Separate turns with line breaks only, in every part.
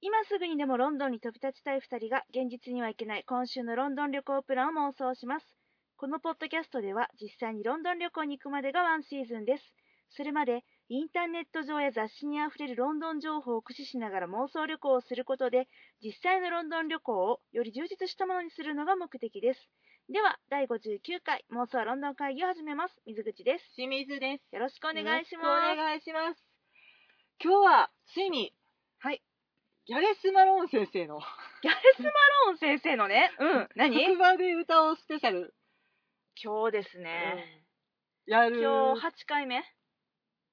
今すぐにでもロンドンに飛び立ちたい2人が現実には行けない今週のロンドン旅行プランを妄想しますこのポッドキャストでは実際にロンドン旅行に行くまでがワンシーズンですそれまでインターネット上や雑誌にあふれるロンドン情報を駆使しながら妄想旅行をすることで実際のロンドン旅行をより充実したものにするのが目的ですでは第59回妄想ロンドン会議を始めます水口です
清水です。
よろしくお願いします
よろくお願いします。今日は、ついに、はい、ギャレス・マローン先生の
ギャレス・マローン先生のねうん何
特番で歌をスペシャル、
今日ですね、
やる。
今日8回目、
い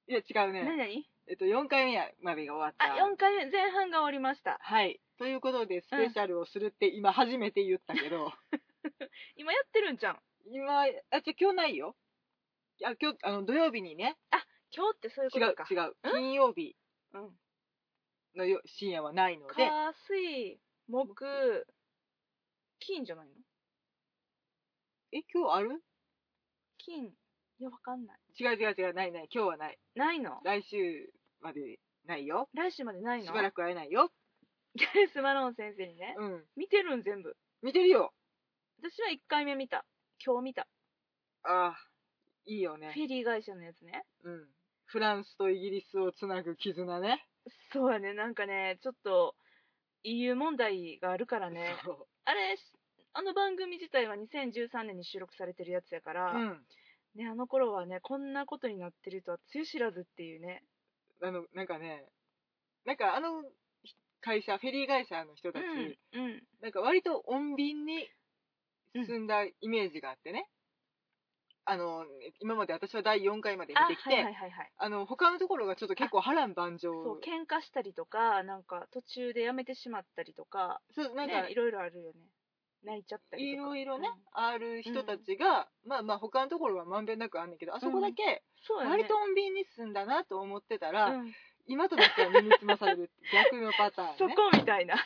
や、違う
何
ね。
何
えっと、4回目までが終わった。
あ4回目前半が終わりました
はい。ということで、スペシャルをするって今初めて言ったけど、
今やってるんじゃん
今、あ、じゃ今日ないよ。あ、今日、あの、土曜日にね、
今日ってそういうこ
違う、
とか
違う。金曜日
うん、
のよ深夜はないので、
火水木金じゃないの
え、今日ある
金いやわかんない
違う違う違う、ないない、今日はない。
ないの
来週までないよ。
来週までないの
しばらく会えないよ。
ギャレス・マロン先生にね、
うん。
見てるん全部
見てるよ。
私は1回目見た今日見た、
ああ、いいよ
フ
ね。
ェリー会社のやつね
うん。フランスとイギリスをつなぐ絆ね。
そうやねなんかねちょっと EU 問題があるからね
そう。
あれあの番組自体は2013年に収録されてるやつやから、
うん。
ね、あの頃はねこんなことになってるとはつゆ知らずっていうね
あの、なんかね、なんかあの会社、フェリー会社の人
う
たち、
ん、うん、
なんか割と穏便に進んだイメージがあってね。あの、今まで私は第4回まで
あは
見
い
てきて、
はいはいはい
あの、他のところがちょっと結構波乱万丈。
そう喧嘩したりとかなんか途中でやめてしまったりとか
そう、なんか
ねいろいろあるよね泣いちゃったり
い
とか
ろいろね、ある人たちが、まあまあ他のところはまんべんなくあんねんけど、あそこだけ
そうやね
割と穏便に進んだなと思ってたら、
うん
今となっては身につまされるって逆のパターンね。
そこみたいな
うん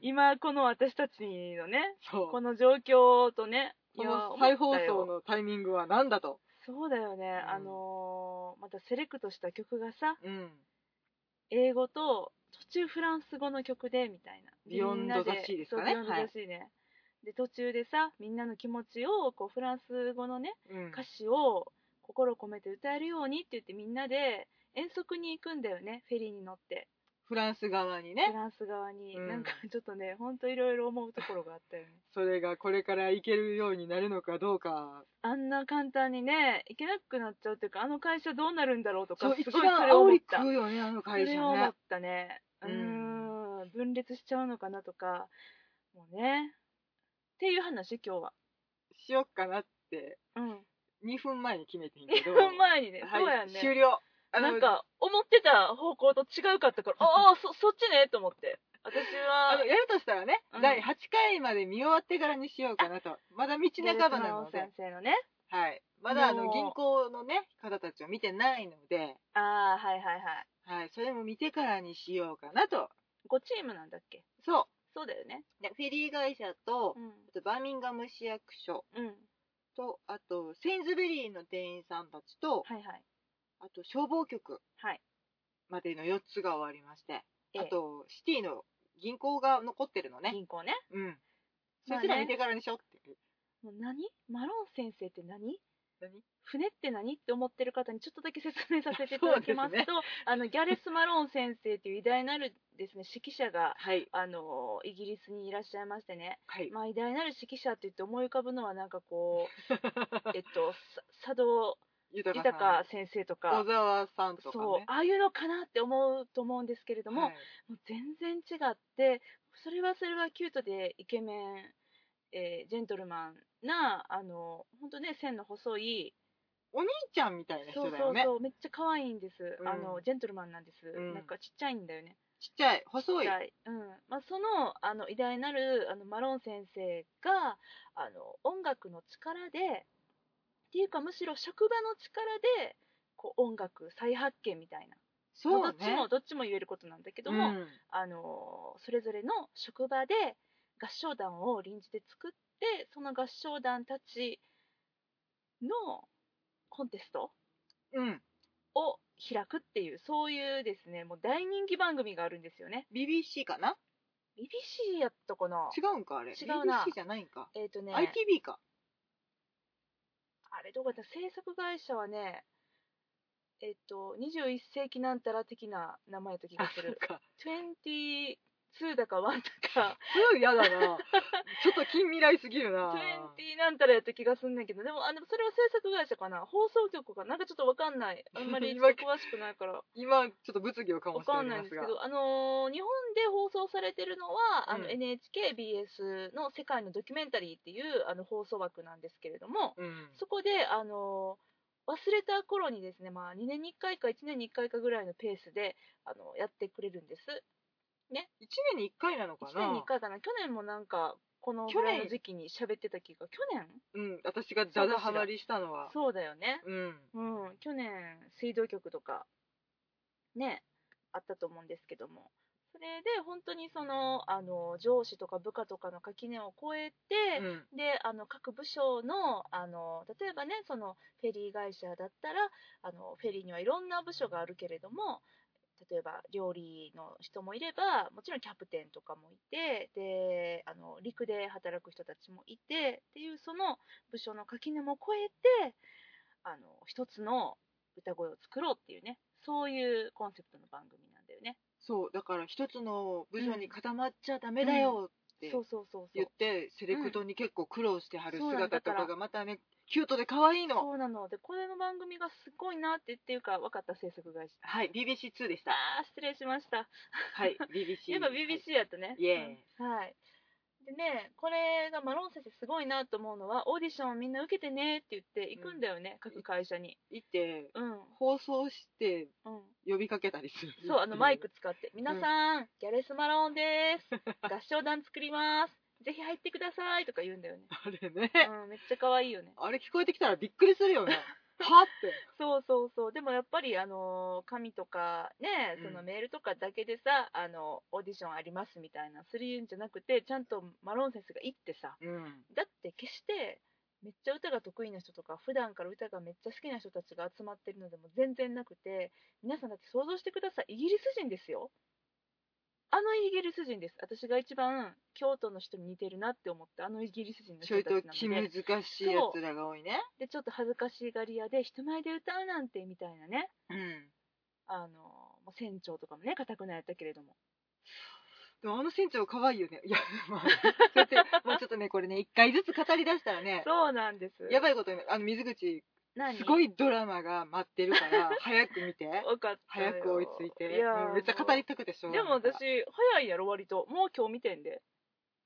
今この私たちのね
そう
この状況とね
こ
いや
の再放
思ったよ
送のタイミングは何だと。
そうだよね、
ん
あのーまたセレクトした曲がさ
うん。
英語と途中フランス語の曲でみたいな。
ビヨンドザシーですかね
みんなそうビヨンドザシーね。で途中でさみんなの気持ちをこうフランス語のね
うん
歌詞を心込めて歌えるようにって言ってみんなで遠足に行くんだよねフェリーに乗って
フランス側に
フ
ね、
ランス側に、
うん
なんかちょっとねほんといろいろ思うところがあったよね
それがこれから行けるようになるのかどうか。
あんな簡単にね行けなくなっちゃうっていうかあの会社どうなるんだろうと
そ
か
う、
す
一
ごいそ
番
れを
煽
思っ
り
た
食うよね、あの
そ
会社
れを思
ね
っ。たね。う
う
ーん
ん
分裂しちゃうのかなとか、もうね。っていう話、今日は。
しよっかなって、
うん。
2分前に決めてんけど。
分前にね、
はい
そうやね。
終了。あの
なんか、思ってた方向と違うかったから、ああ、そ、 そっちねと思って。私
あ
は
の、やるとしたらね、
うん
第8回まで見終わってからにしようかなと。まだ道半ばなの
ジェル
で
スマン先。生のね。
はい。まだあ
も
の
う
銀行のね、方たちを見てないので、
ああ、はいはいはい。
はい。それも見てからにしようかなと。
5チームなんだっけ
そ
そうだよね。
う。でフェリー会社と、
うん。
あとバーミンガム市役所
うん。
と、あと、セインズベリーの店員さんたちと、
はいはい。
あと消防局
はい。
までの4つが終わりまして、
ええ
あと、シティの銀行が残ってるのね。
銀行ね。
うん。
まあ
そ
ね
ちら見てからにしようっていう。
もう何マロン先生って何
何
船って何って思ってる方にちょっとだけ説明させていただきますと
そうですね
あのギャレス・マローン先生という偉大なるです、ね、指揮者が
はい。
あのイギリスにいらっしゃいましてね、
はい。
まあ、偉大なる指揮者って言って思い浮かぶのはなんかこ う、えっと、さ佐渡
豊さん
豊先生とか
小。沢さんとかね。
そうああいうのかなって思うと思うんですけれども、
はい
もう全然違ってそれはそれはキュートでイケメン、えージェントルマンなあの本当ね線の細い
お兄ちゃんみたいな
そ
人
う
だ
そ
よ
う
ね。
そう、めっちゃ可愛いんです。
うん
あのジェントルマンなんです。
うん
なんかちっちゃいんだよね。
ちっちゃい、細
ちっ
い
ち。ゃい。うん。まあそのあの偉大なるあのマローン先生があの音楽の力でっていうかむしろ職場の力でこう音楽再発見みたいな。
そう
まあ
ね
どっ。ちもどっちも言えることなんだけども、
うん
あのそれぞれの職場で合唱団を臨時で作ってその合唱団たちのコンテスト
うん。
をを開くっていうそういうですねもう大人気番組があるんですよね
BBC かな
BBC やったかな
違うんかあれ
違うな
BBC じゃないんか、
えっ、とね
ITV か
あれどこだった制作会社はねえっ、と21世紀なんたら的な名前やった気がする
そっか
22だか1だか
すごい嫌だな ちょっと近未来すぎるな
20なんたらやった気がすんねんけどでもあでもそれは制作会社かな放送局かななんかちょっとわかんないあんま りちょっと詳しくないから
今ちょっと物議をかも
わ
しれ
か
ま
んないんですすけ
が
ど、あのー日本で放送されてるのは、あ
う
の
ん
NHKBS の「世界のドキュメンタリー」っていうあの放送枠なんですけれども、
うん
そこで、あのー忘れた頃にですね、まあ、2年に1回か1年に1回かぐらいのペースで、あのやってくれるんです。
1年に1回なのか
1
な
年に1回かな、去年もなんか、このぐらいの時期に喋ってた気が、去年
うん私がダダハマりしたのは
そうだよね。
うん
うん、去年、水道局とか、ね、あったと思うんですけども、それで本当にその、あの、上司とか部下とかの垣根を越えて、
うん
で、あの、各部署の、あの、例えばね、その、フェリー会社だったら、あの、フェリーにはいろんな部署があるけれども、例えば料理の人もいればもちろんキャプテンとかもいてであの陸で働く人たちもいてっていうその部署の垣根も越えてあの一つの歌声を作ろうっていうねそういうコンセプトの番組なんだよね。
そうだから一つの部署に固まっちゃダメだよって
そうそうそうそ
言っ
う
てセレクトに結構苦労してはる
そうなんだ
姿と
だ
か
か
がまたねキュートで可愛いの
そうなのでこれの番組がすごいなってっていうか分かった制作会社
はい BBC2 でした
あー失礼しました
はい BBC
やっぱ BBC やったね、
イエ
はいでねこれがマロン先生すごいなと思うのはオーディションみんな受けてねって言って行くんだよね、各会社に
行って
うん
放送して
うん
呼びかけたりする
そう、あのマイク使って、皆さん、ギャレスマロン です。合唱団作ります。ぜひ入ってくださいとか言うんだ よね。
あれね
うん、めっちゃ可愛いよね。
あれ聞こえてきたらびっくりするよねはって
そうそうそう。でもやっぱり、あのー、紙とかね、その
うん
メールとかだけでさ、あの、オーディションありますみたいな、するんじゃなくて、ちゃんとマロン先生が行ってさ、
うん
だって決して、めっちゃ歌が得意な人とか、普段から歌がめっちゃ好きな人たちが集まってるのでも全然なくて、皆さんだって想像してください、イギリス人ですよ。あのイギリス人です。私が一番京都の人に似てるなって思った、あのイギリス人の
ち
人
ょ
た
い
ちなの
と
で。
気難しいやつらが多いね
でちょっと恥ずかしがり屋で人前で歌うなんてみたいなね
うん
あのまあ船長とかもねかたくなやったけれども
でもあの船長可愛いよね。いや、まあ、そうやって、 まあちょっとね、これね、一回ずつ語り出したらね、
そうなんです
やばいことに、あの、水口、
何
すご
い
いドラマが待ってるから、早く見て、
分かったよ
早く追いついて、
いやー
もうめっちゃ語りたくてしょう
で
が
も
ないから。
私早いやろ割ともう今日見てんで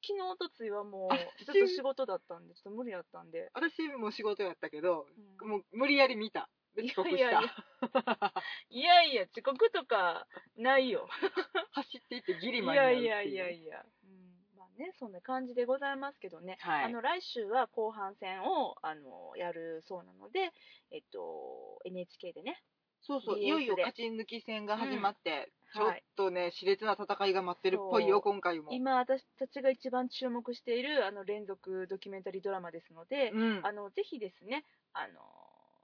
昨日おとついはも
あ
うずっと仕事だったんでちょっと無理だったんで、
私、もう仕事やったけど、
うん
もう無理やり見た。で、遅刻
い
し
やいや
た。
いやいやいや遅刻とかないよ
走っていってギ
い
リ間に合
や
うって
いやいや
や。
いや、うん、まあねそんな感じでございますけどね、
はい
あの来週は後半戦をあのやるそうなのでえっと NHK でね
そうそう、
BS
いよいよ
で
勝ち抜き戦が始まって、
うん
ちょ
は
っ
い
とね、熾烈な戦いが待ってるっぽい
そ
よ、
う
今回も。
今私たちが一番注目しているあの連続ドキュメンタリードラマですので、
うん
あ。のぜひですねあの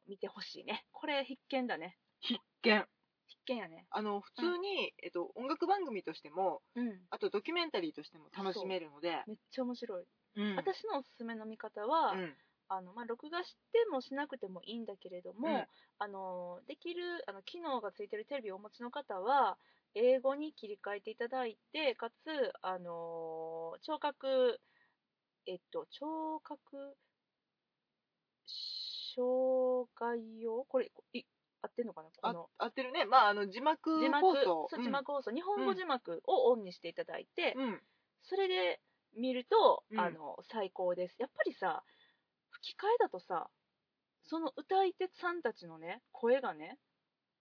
見てほしいねこれ必見だね
必見。
必見やね
あの、普通に、えっと、音楽番組としても、
うん
あとドキュメンタリーとしても楽しめるので、
めっちゃ面白い、
うん
私のおすすめの見方は、
うん
あのまあ、録画してもしなくてもいいんだけれども、
うん
あのできるあの機能がついてるテレビをお持ちの方は英語に切り替えていただいてかつ、あの聴覚えっと聴覚障害用これい合ってんのかなこ
あ
の
合ってるね、まあ、あの字幕
字幕
放送
そう字幕放送、日本語字幕をオンにしていただいて、
うんうん
それで見ると、
うん
あの最高ですやっぱりさ吹き替えだとさその歌い手さんたちのね声がね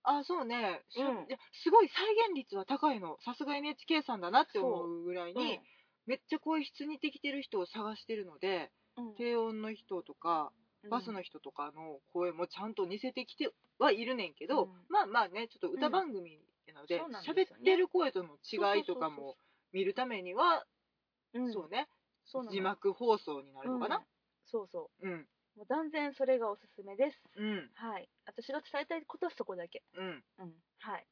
あそうね、し
うん
いやすごい再現率は高いのさすが NHK さんだなって思うぐらいに、
に、
めっちゃ声質に似てきてる人を探してるので
うん
低音の人とかバスの人とかの声もちゃんと似せてきてはいるねんけど、
うん
まあまあねちょっと歌番組なので
うんそうなんですよね
喋、ってる声との違いとかも見るためには、
うん
そうね
そうなの
字幕放送になるのかな、
うんそうそ
うん
う、もう断然それがおすすめです。
うん。
はい。私が伝えたいことはそこだけ。
うん。
うん。はい。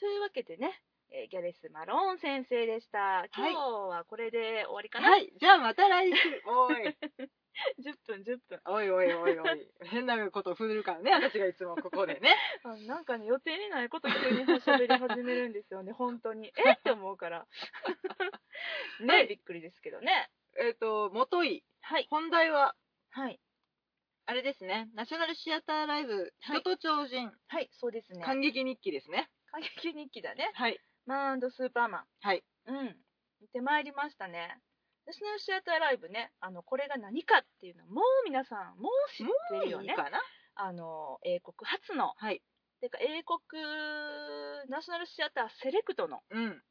というわけでね、えーギャレス・マローン先生でした。今日はこれで終わりか な、
はい。じゃあまた来週。おい。
?10 分、10分。
おいおいおいおい。変なことを振るからね、私がいつもここでね。
あなんかね、予定にないこと急に喋り始めるんですよ ね、本当に。えって思うから。
は
ね、
い
びっくりですけどね。
えっと、もとい。
はい。
本題は、
はい。
あれですね。ナショナルシアターライブ、
はい
人と超人、
はい、そうですね。
感激日記ですね。
感激日記だね。
はい。
マンスーパーマン。
はい。
うん。見てまいりましたね。ナショナルシアターライブね、あの、これが何かっていうのは、もう皆さん、もう知ってるよね。
かな
あの、英国初の、
はい。
てか英国ナショナルシアターセレクトの
うん。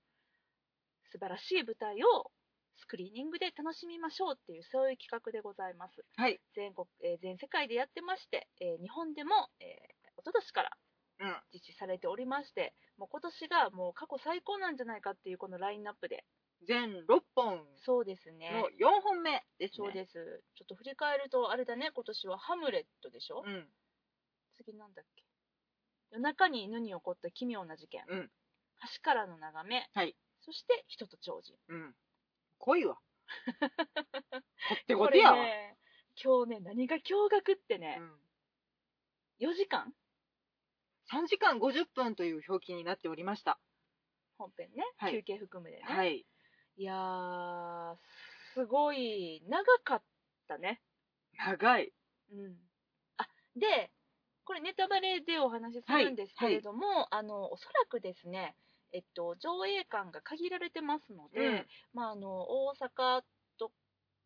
素晴らしい舞台をスクリーニングで楽しみましょうっていうそういう企画でございます
はい。
全国、えー全世界でやってまして、えー日本でも、えー、一昨年から
うん。
実施されておりましてもう今年がもう過去最高なんじゃないかっていうこのラインナップで
全6本
そうですね
の4本目ですね。
そうです、ちょっと振り返るとあれだね今年は「ハムレット」でしょ、
うん。
次なんだっけ夜中に犬に起こった奇妙な事件、
うん
橋からの眺め、
はい
そして人と超人
うん。濃いわ。こってこてやわ。
これね今日ね何が驚愕ってね
う、
4時間
ん、3時間50分という表記になっておりました。
本編ね、
はい
休憩含めでね、、
はいい。
やーすごい長かったね
長い。
うんあでこれネタバレでお話しするんですけれども、あのおそらくですねえっと上映館が限られてますので、
うん
まああの大阪と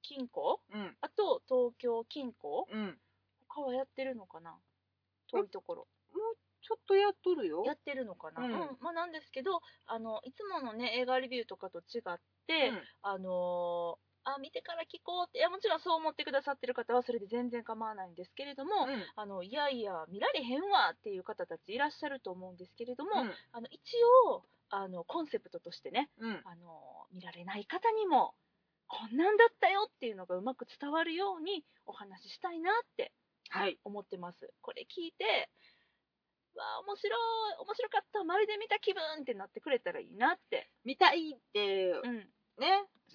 近郊
うん。
あと東京近郊
うん。も
他はやってるのかな遠いところ
うちょっとやっとるよ。
やってるのかな、
う
うんんまあ、なんですけどあのいつもの、ね、映画レビューとかと違って、
う
あのーあ見てから聞こうっていやもちろんそう思ってくださってる方はそれで全然構わないんですけれども、
ん。うん。
あのいやいや見られへんわっていう方たちいらっしゃると思うんですけれども、
う
あの一応あのコンセプトとしてね、
ん。うん。
あのー見られない方にもこんなんだったよっていうのがうまく伝わるようにお話ししたいなって
はい。
思ってます。これ聞いて、わあ、面白い、面白かった、まるで見た気分ってなってくれたらいいなって。
見たいって、
うん、
ね、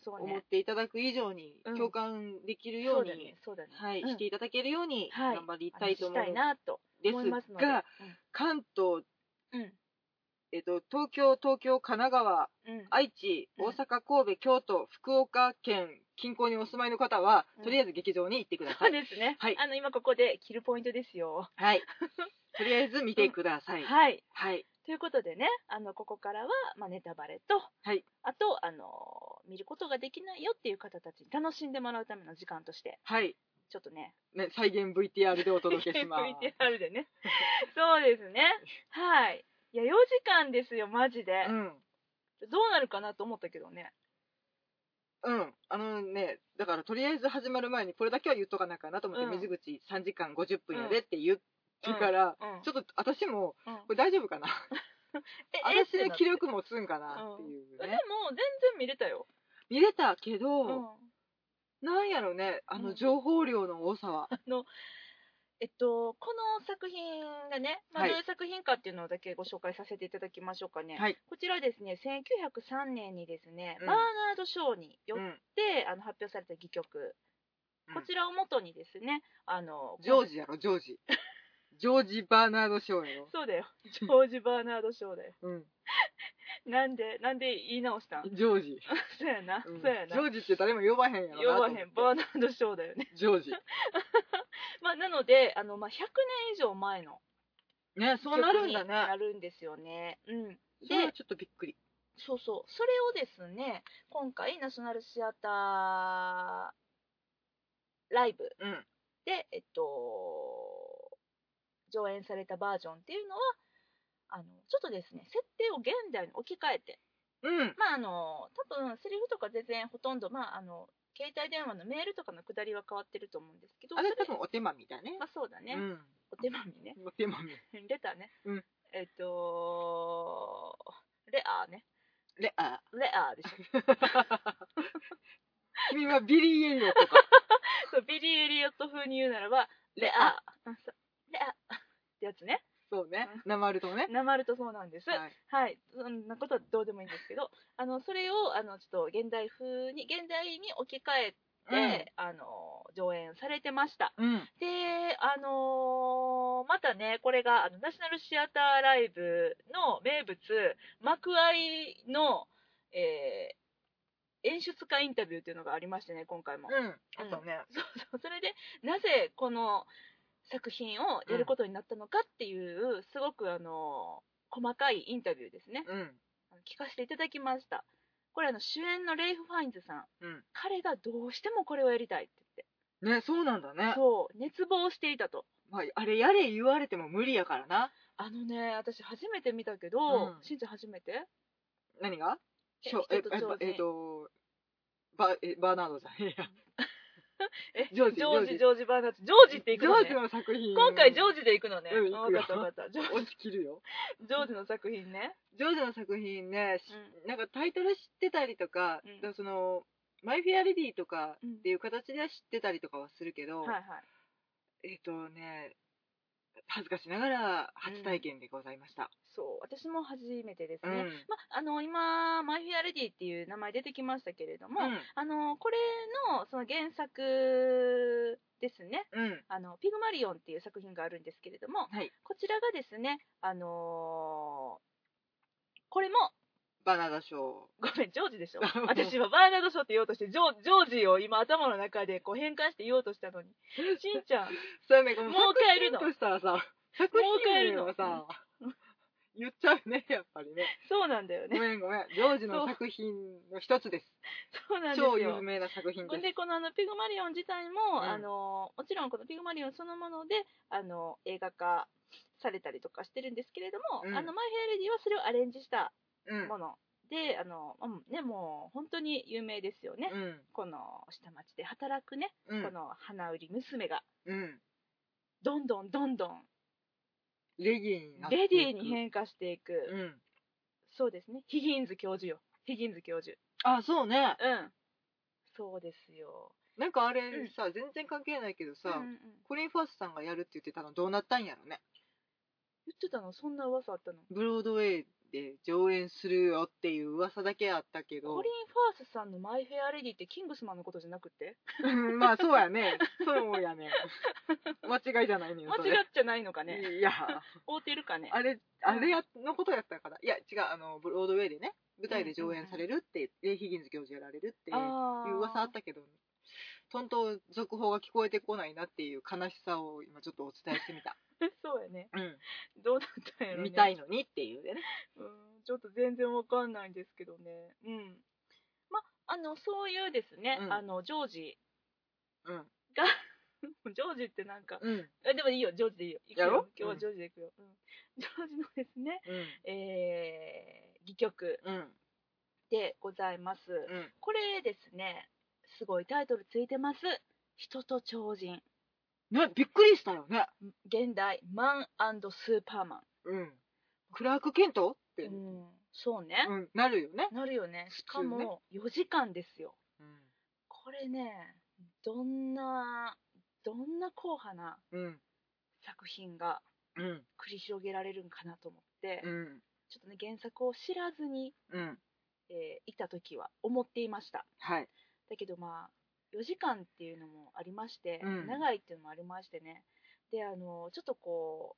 そう
思っ
ね。
ていただく以上に、
うん
共感できるよ
そううだ
に
ね、、そうだね。
はい、
うん
していただけるように、
はい
頑張り
あ
た
の
いと
し
思う
た
ん
いなと
で
思います
す
ので。
が、関東、
うん、うん
えっと、東京、東京、神奈川、
うん、
愛知、
うん
大阪、神戸、京都、福岡県近郊にお住まいの方は
う、ん
とりあえず劇場に行ってくださ
そう
い。
ですね。
はい
あの、今ここで切るポイントですよ。
はい。とりあえず見てください。
はい。
はい。
ということでね、あの、ここからは、まあ、ネタバレと、
はい
あと、あのー、見ることができないよっていう方たちに楽しんでもらうための時間として、
はい。
ちょっとね、
ね、再現 VTR でお届けし ます。
VTR でね。そうですね。はい。いや、4時間ですよ、マジで。
うん。
どうなるかなと思ったけどね。
うん。あのね、だからとりあえず始まる前にこれだけは言っとかなあかんなと思って、
うん
水口3時間50分やでって言ってから、
うん
ちょっと私も、
うん
これ大丈夫かな
ええ
私
って
の
なって
気力持つんかなっていう
でも
ね。、
全然見れたよ。
見れたけど、
うん
なんやろね、あ
う
の
ん
情報量の多さは。
えっと、この作品がね、まあ、
はい
どういう作品かっていうのだけご紹介させていただきましょうかね。
はい
こちらですね、1903年にですね、
うん
バーナード・ショー によ
う
っ
ん。
て、あの発表された戯曲、
うん
こちらをもとにですね、あの
ジョージやろ、ジョ ージ。ジョージ・バーナード・ショーやろ。
そうだよ、ジョージ・バーナード・ショーだよ。
うん。
なんで、なんで言い直したん
ジョージ。
そうやな、
う ん
そうや
ジ
な。
ョージって誰も呼ばへんやろな
呼
と
ば
思って。
へん、バーナード・ショーだよね。
ジョージ。
まあ、なので、あのまあ、100年以上前の
ね、そうなるんだ
曲にな
ね。
るんですよね。うん。
それはちょっとびっくり。
そうそう。それをですね、今回、ナショナルシアターライブ
うん。
で、えっと、上演されたバージョンっていうのは、あのちょっとですね、設定を現代に置き換えて、
うん。
まあ、あの多分セリフとか全然ほとんど、まあ、あの携帯電話のメールとかのくだりは変わってると思うんですけど、
あれ
そ
多分お手間みだね。
まあ、そうだね、
うん。
お手紙ね。
お手間み。
レターね。
うん
えっとレアーね。
レア。
レアーでしょ。
君はビリー・エイロとか。
そそうビリー・エリオット風に言うならばレアーそうレアーってやつね
そうね。なまるとね。
なまるとそうなんです、
はい。
はい、そんなことはどうでもいいんですけど、あのそれをあのちょっと現代風に現代に置き換えて、あの上演されてました。
うん。
で、あのーまたね、これがあのナショナルシアターライブの名物幕開の、えー演出家インタビューっていうのがありましてね、今回も。
うん。あったね。
そうそうそれでなぜこの作品をやることになったのかっていう、すごくあの細かいインタビューですね
うん。
あの聞かせていただきましたこれあの主演のレイフ・ファインズさん
うん。
彼がどうしてもこれをやりたいって
ね、そうなんだ
言って。
ね
そう熱望していたと
まあ、あれやれ言われても無理やからな。
あのね私初めて見たけど、
うん
しんちゃん初めて
何が
え
しょえ
人と上手
ええっと、バえバーナードじゃねえや。
え
ジョージ
ジョージ
ジョージ
ジョージ・バーナーズジョージって行く
ジョ
の
ージ
ね
の作品。
今回ジ
ー
ョージで行くのね、
うん行
分
くよ
かった分かったジョー
押
ジ
し切るよ。
ジョージの作品ね
ジョージの作品ね、しなんかタイトル知ってたりとか、
うん
だからその、マイ・フェア・レディとか
うん
っていう形では知ってたりとかはするけど、
はいはい
えっとね、恥ずかしながら初体験でございました。
そう私も初めてです
うん。
ね、まあの今、マイ・フェア・レディっていう名前出てきましたけれども、
うん
あのこれのその原作ですね
うん。
あの、ピグマリオンっていう作品があるんですけれども、
はい
こちらがですね、あのーこれも、
バナナショー。
ごめん、ジョージでし ょ、私はバーナード・ショーって言おうとして、ジョージョージを今、頭の中でこう変換して言おうとしたの に、しんちゃん、
それね、この
もう帰るの
作品としたらさ、作品名はさ、言っちゃうね、やっぱりね。
そうなんだよ
ご
ね、
めんごめん。ジョージ
そ
の
う
作品の一つです。
そうなんですよ。
超有名な作品
ほ
で
ん
す。
でこのあのピグマリオン自体も、
うん
あのもちろんこのピグマリオンそのものであの映画化されたりとかしてるんですけれども、
うん
あのマイ・フェア・レディはそれをアレンジした
うん。
もので、あのうんねもう本当に有名ですよね、
うん。
この下町で働くね、
うん
この花売り娘が
うん。
どんどんどんどん
レディーになって
レ
いく
ディーに変化していく、
うん。
そうですねヒギンズ教授よヒギンズ教授
あ、そうね。
うんそうですよ
なんかあれ
うん
さ、全然関係ないけどさ、
うんうんうん
コリン・ファースさんがやるって言ってたのどうなったんやろね。
言ってたのそんな噂あったの
ブロードウェイで上演するよっていう噂だけあったけど
コリ。ン・ファースさんの「マイ・フェア・レディ」ってキングスマンのことじゃなくて
うんまあそうやね。そうや ね。間違いじゃないね
間
それ
違っちゃないのかね
いや、
合ってるかね
あれ、あれやのことやったから、いや、違う、あの、ブロードウェイでね、舞台で上演されるって、レイ・ヒギンズ教授やられるっていう
あー
噂あったけど、とんと続報が聞こえてこないなっていう悲しさを今ちょっとお伝えしてみた。
そうやね
うん。
どうだったんやろ、ね、
見たいのにっていうね。
うんちょっと全然わかんないんですけどねうんまあのそういうですね、
うん
あのジョージ
うん。
がジョージってなんか
うん。うん。
あでもいいよジョージでいいよ行く
や
よ
ろ
今日は
うん
ジョージで行くよ、うんジョージのですねえー、戯曲
うん。
でございます、
うん。
これですねすごいタイトルついてます人と超人
ね、びっくりしたよね。
現代マンスーパーマン、
うん。クラーク・ケントって、うん
ん、そうね、
なるよね。
なるよねしか
普通
も4時間ですよ
うん。
これねどんなどんな硬派な
うん。
作品が
うん。
繰り広げられるんかなと思って、
うん。
ちょっとね原作を知らずに、
うん。
えーいた時は思っていました
はい。
だけどまあ4時間っていうのもありまして、
うん
長いっていうのもありましてねであのちょっとこ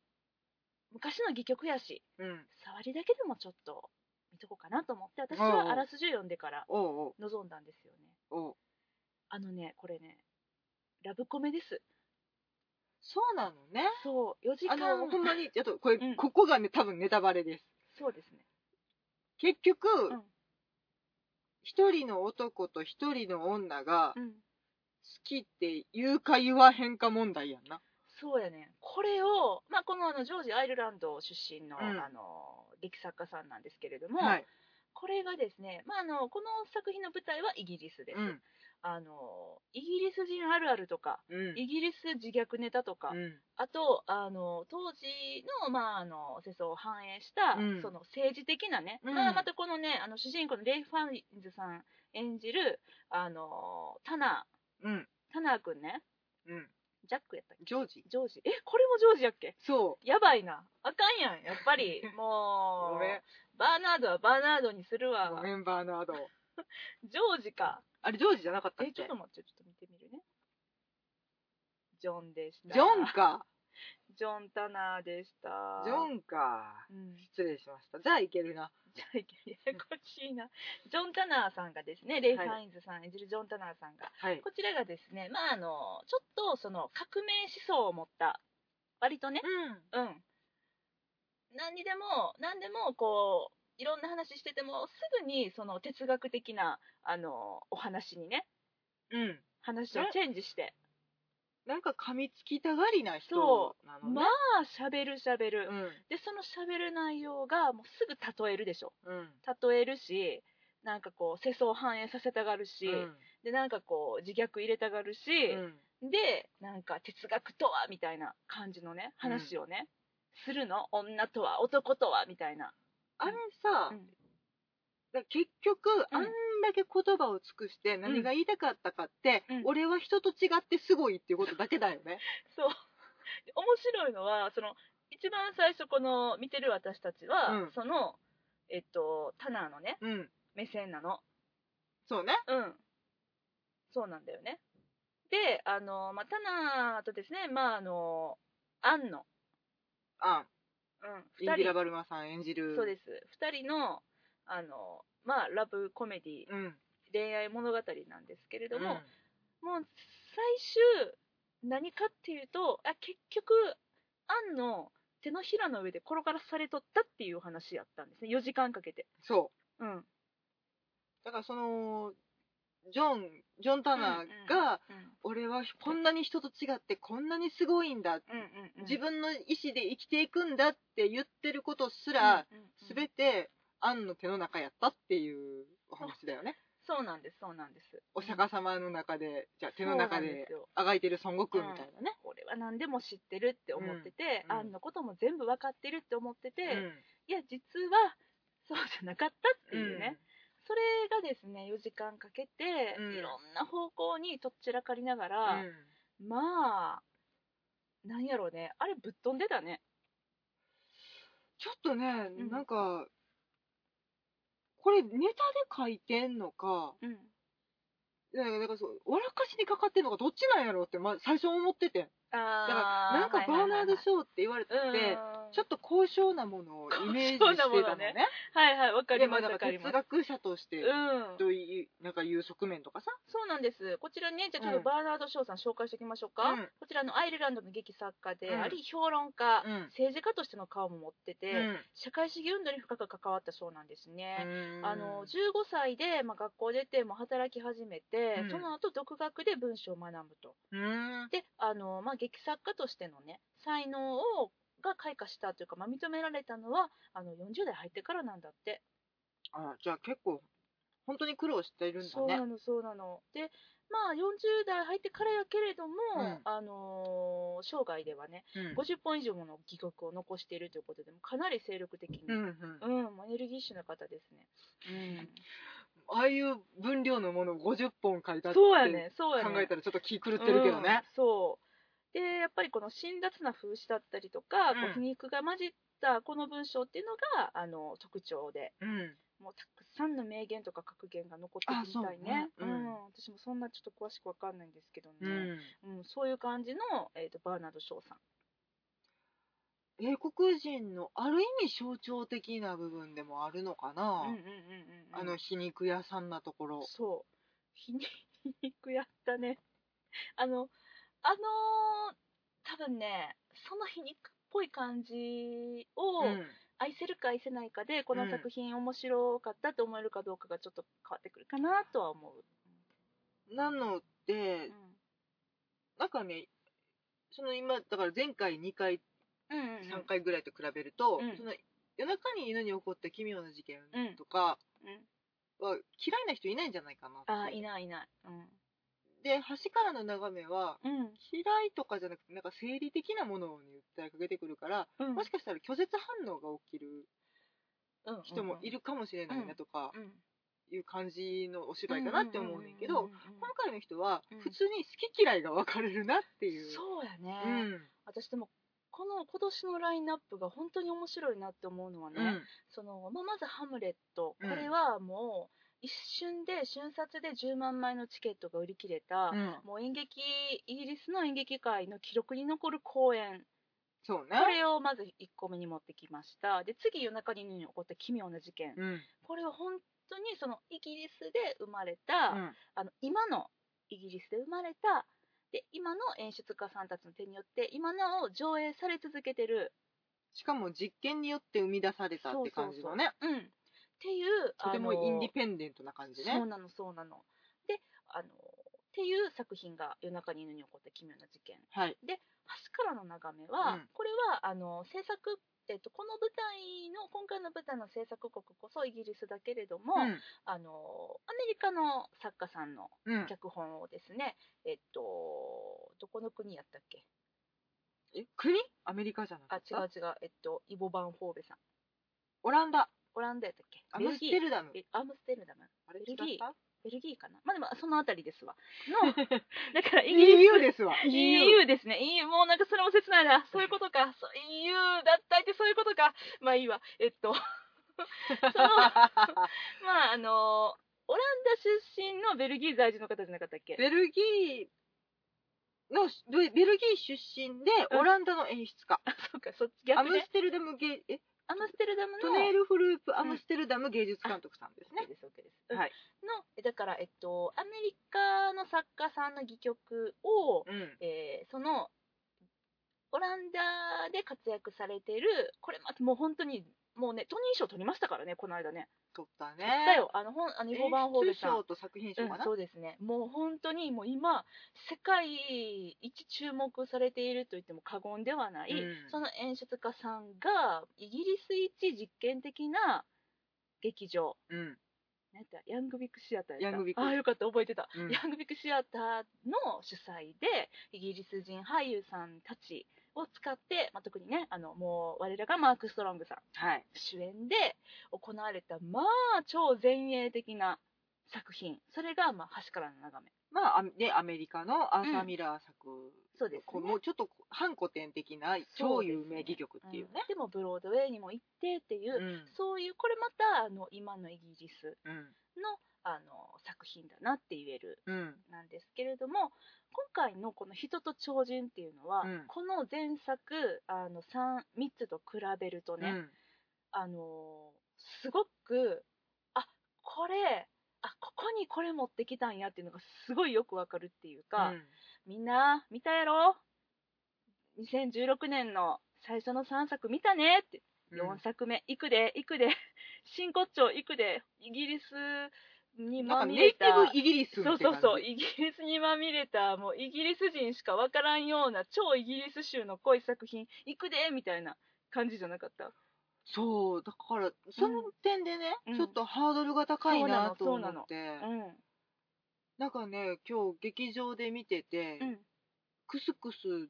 う昔の戯曲やし
うん。
触りだけでもちょっと見とこうかなと思って私はあらすじを読んでから
おう
臨んだんですよね
おうおう
あのねこれねラブコメです
そうなのね。
そう4時
あ
間
の、ほんまに、あと、これ、
うん
ここがね、多分ネタバレです。
そうですね
結局
うん、
一、人の男と一人の女が
う
好
ん
きって言うか言わへんか問題やんな。
そうやねこれを、まあ、このあのジョージ・アイルランド出身の,、
うん
あの劇作家さんなんですけれども、
はい。
これがですね、まあ、あのこの作品の舞台はイギリスです、
うん。
あのイギリス人あるあるとか、
うん。
イギリス自虐ネタとか、
うん
あとあの当時の,、まあ、あの世相を反映した、
うん
その政治的なね、
うん
まあまたこのねあの主人公のレイ・ファインズさん演じるあのタナ
うん。
タナー君ね
うん。
ジャックやったっ
ジョージ
けジョージえこれもジョージやっけ
そ
やばいなあかんやんやっぱ り
う。
も
ご
う
めん。
バーナードはバーナードにする
ご
わ
めん、バーナード。
ジョージか
あれ、ジョージじゃなかったっ
え
け
ちょっと待ってちょっと見てみるねジョンでした
ジョンか。
ジョンタナーでした
ジョンか。
うん
失礼しました。じゃあ、いけるな。
じゃあややこしいなジョン・タナーさんがですねレイ・ファインズさん演じるジョン・タナーさんが、
はい。
こちらがですねまああのちょっとその革命思想を持った割とね
うん。
うん何にでも何でもこういろんな話しててもすぐにその哲学的なあのお話にね
うん。
話をチェンジして
なんか噛みつきたがりな人
そ
なの
ま
ね。
あしゃべるしゃべる、
うん。
でそのしゃべる内容がもうすぐ例えるでしょ
うん。
例えるしなんかこう世相を反映させたがるし、
うん
でなんかこう自虐入れたがるし、
うん
でなんか哲学とはみたいな感じのね話をね、するの女とは男とはみたいな、
あれさ
うん、
だから結局、
うん
あんだけ言葉を尽くして何が言いたかったかって、
うん
俺は人と違ってすごいっていうことだけだよね。
そうで面白いのはその一番最初この見てる私たちは、
うん
そのえっとタナーのね
うん。
目線なの
そうね。
うんそうなんだよねであの、まあ、タナーとですねまああのアンの、
あ
うん、
イ
2
ンディ
人
ラ・バルマさん演じる。
そうです2人のあの、まあ、ラブコメディ
うん。
恋愛物語なんですけれども、もう最終何かっていうとあ結局アンの手のひらの上で転がらされとったっていう話やったんですね4時間かけて、
そう。
うんうん
だからその、ジョン、ジョン・タナーが、俺はこんなに人と違ってこんなにすごいんだ。
うんうんうん、
自分の意志で生きていくんだって言ってることすら、
うんうんうん
すべて、アンの手の中やったっていうお話だよね。
そうなんですそうなんです
お釈迦様の中で、じゃあ手の
そ
中
うなんで
です
よ
あがいてる孫悟空みたいなね。
俺は何でも知ってるって思ってて、
うんうん
アンのことも全部分かってるって思ってて、
うん
いや実はそうじゃなかったっていうね、
うん
それがですね4時間かけて、
うん
いろんな方向にとっちらかりなが
う
ら、
ん
まあなんやろうねあれぶっ飛んでたね
ちょっとね
う、ん
なんか、これネタで書いてんのか、
うん
だからなんかそう、笑かしにかかってんのか、どっちなんやろうって、ま、最初思ってて。だから、
あ
なんかバーナード・シ
ョ
ョーって言われてて、ちょっと高尚なものをイメージしてた
高
の
尚なもの
ね
ね。はいはいわか
で
りま
まあ
す
だ
わ
か
からります
哲学者として、
うん、
という、なんかいう側面とかさ。
そうなんです。こちらね、じゃあちょっ
うん
とバーナード・ショーさん紹介しておきましょうか。
うん
こちらのアイルランドの劇作家であり、
う
評論家、
うん
政治家としての顔も持ってて、社会主義運動に深く関わったそうなんですね。
うん
あの15歳で、まあ、学校出て、まあ、働き始めて、
うん
その後独学で文章を学ぶと。
うん
で、あのまあ、劇作家としてのね、才能をが開花したというか、まあ、認められたのはあの40代入ってからなんだって。
あじゃあ結構、本当に苦労しているんだ
そうな
ね。
のそうなのでまあ40代入ってからやけれども、
うん
あのー生涯ではね
うん
50本以上もの戯曲を残しているということでもかなり精力的に、
う
うんん
うん
もうエネルギッシュな方ですね、
ああいう分量のものを50本書いたって
そう
考
やねそうやね
えたらちょっと気狂ってるけどね
うん。そうでやっぱりこの辛辣な風刺だったりとか、こ
うん
う皮肉が混じったこの文章っていうのがあの特徴で
うん。
もうたくさんの名言とか格言が残って
あ
るみたいね
そうねうん
ん私もそんなちょっと詳しくわかんないんですけどね、
うん
うん、そういう感じの、えー、とバーナード・ショーさん。
英国人のある意味象徴的な部分でもあるのかな、
うんうんうんうんうん
あの皮肉屋さんなところ。
そう皮 肉皮肉やったね。あのあのー多分ねその皮肉っぽい感じを
うん
愛せるか愛せないかでこ
う
の
ん
作品面白かったと思えるかどうかがちょっと変わってくるかなとは思う。
なの
う
で
ん、
なんかね、その今、だから前回2回、
うんうんうん
3回ぐらいと比べると、
うん
その夜中に犬に起こった奇妙な事件
うん
とか
うん
は嫌いな人いないんじゃないかなって
あーいないいない。
で、橋からの眺めは
うんうん
嫌いとかじゃなくて、なんか生理的なものに訴えかけてくるから、
うん
もしかしたら拒絶反応が起きる
うん
人もい
る。
るかもしれないなとか
うん
いう感じのお芝居かなって思うねんけど、
うんうんうんうん
この回の人は
うん
普通に好き嫌いが分かれるなっていう。
そうやね、
うん
私でもこの今年のラインナップが本当に面白いなって思うのはね、
うん
そのまあまず「ハムレット」こ
うん
れはもう一瞬で瞬殺で10万枚のチケットが売り切れた、
うん
もう演劇イギリスの演劇界の記録に残る公演
そう
こ
ね。
れをまず1個目に持ってきましたで次夜中に犬に起こった奇妙な事件、
うん
これは本当にそのイギリスで生まれた、
うん
あの今のイギリスで生まれたで今の演出家さんたちの手によって今なお上映され続けてる、
しかも実験によって生み出されたって感じのね。
うん、っていう
とても
あの
インディペンデントな感じ
そう
ね。
なのそうなのであのっていう作品が「夜中に犬に起こった奇妙な事件
はい。」
橋からの眺めは、
うん
これはあの制作、えっと、この舞台の今回の舞台の制作国こそイギリスだけれども、
うん
あのアメリカの作家さんの
うん。
脚本をですね、えっとどこの国やったっけ
え国アメリカじゃな
あ
かっ
違
た
う違うえっとイボ・バン・フォーベさん
オランダ。
オランダやったっけ
アムステルダム
ベ。ルギーえアムステルダム
あれ
ベ
違
ル
っ
ギー
た
ベルギーかなまあでもそのあたりですわのだからイギリス
?EU ですわ。
EU ですね。EU、もうなんかそれも切ないな。そういうことか。そう EU 脱退ってそういうことか。まあいいわ。えっと、のまああのオランダ出身のベルギー在住の方じゃなかったっけ
ベルギーの、ベベルギー出身で、
うん
オランダの演出家。
あそうか、そっち
ア
逆
ム
ね
ス。テルダム芸、え、
アムステルダムの。
トネールフループアムステルダム芸術監督さんですね
OK。です、OK です。
はい
の、えだから、えっと、アメリカの作家さんの戯曲を、
うん。
えーその、オランダで活躍されてる、これまたもう本当に、もうね、トニー賞取りましたからね、この間ね。
撮ったね。
だよ、あの、本あの、
演
イゴバンホーベ
出
さん。
賞と作品賞か
うん、
な
そ。うですね、もう本当にもう今、世界一注目されていると言っても過言ではない、
うん
その演出家さんが、イギリス一実験的な劇場、
うん。
なんてヤングビッグシアターやった
ヤングビッグ
ああ、よかった、覚えてた、
うん
ヤングビッグシアターの主催で、イギリス人俳優さんたちを使って、まあ、特にね、あのもう我らがマーク・ストロングさん
はい。
主演で行われた、まあ、超前衛的な作品、それが、まあ、端からの眺め。
まあ、あで、アメリカのアーサー・ミラー作、
そうですね
こうもうちょっと反古典的な超有名戯曲っていうね。
でもブロードウェイにも行ってっていうう、
ん
そういうこれまたあの今のイギリス
うん。
のあの作品だなって言える
うん。
なんですけれども今回のこの「人と超人」っていうのは、
うん
この前作あの 3, 3つと比べると
う
ね、
ん。
あのすごくあこれあここにこれ持ってきたんやっていうのがすごいよくわかるっていうか、
うん
みんな見たやろ2016年の最初の3作見たねって
うん
4作目、行くで、行くで、真骨頂、行くで、イギリスに
なん
ま
か
み
ネイ
れ
テ
た、
ィブイギリスみた
そ
い
そう
うな感じ
そう、イギリスにまみれた、もうイギリス人しかわからんような、超イギリス州の濃い作品、行くでみたいな感じじゃなかった。
そう、だから、その点でね、
うん
ちょっとハードルが高いな
そ
と
う
思
なの
って、
うん。
なんかね、今日劇場で見てて、
うん。
クスクスずー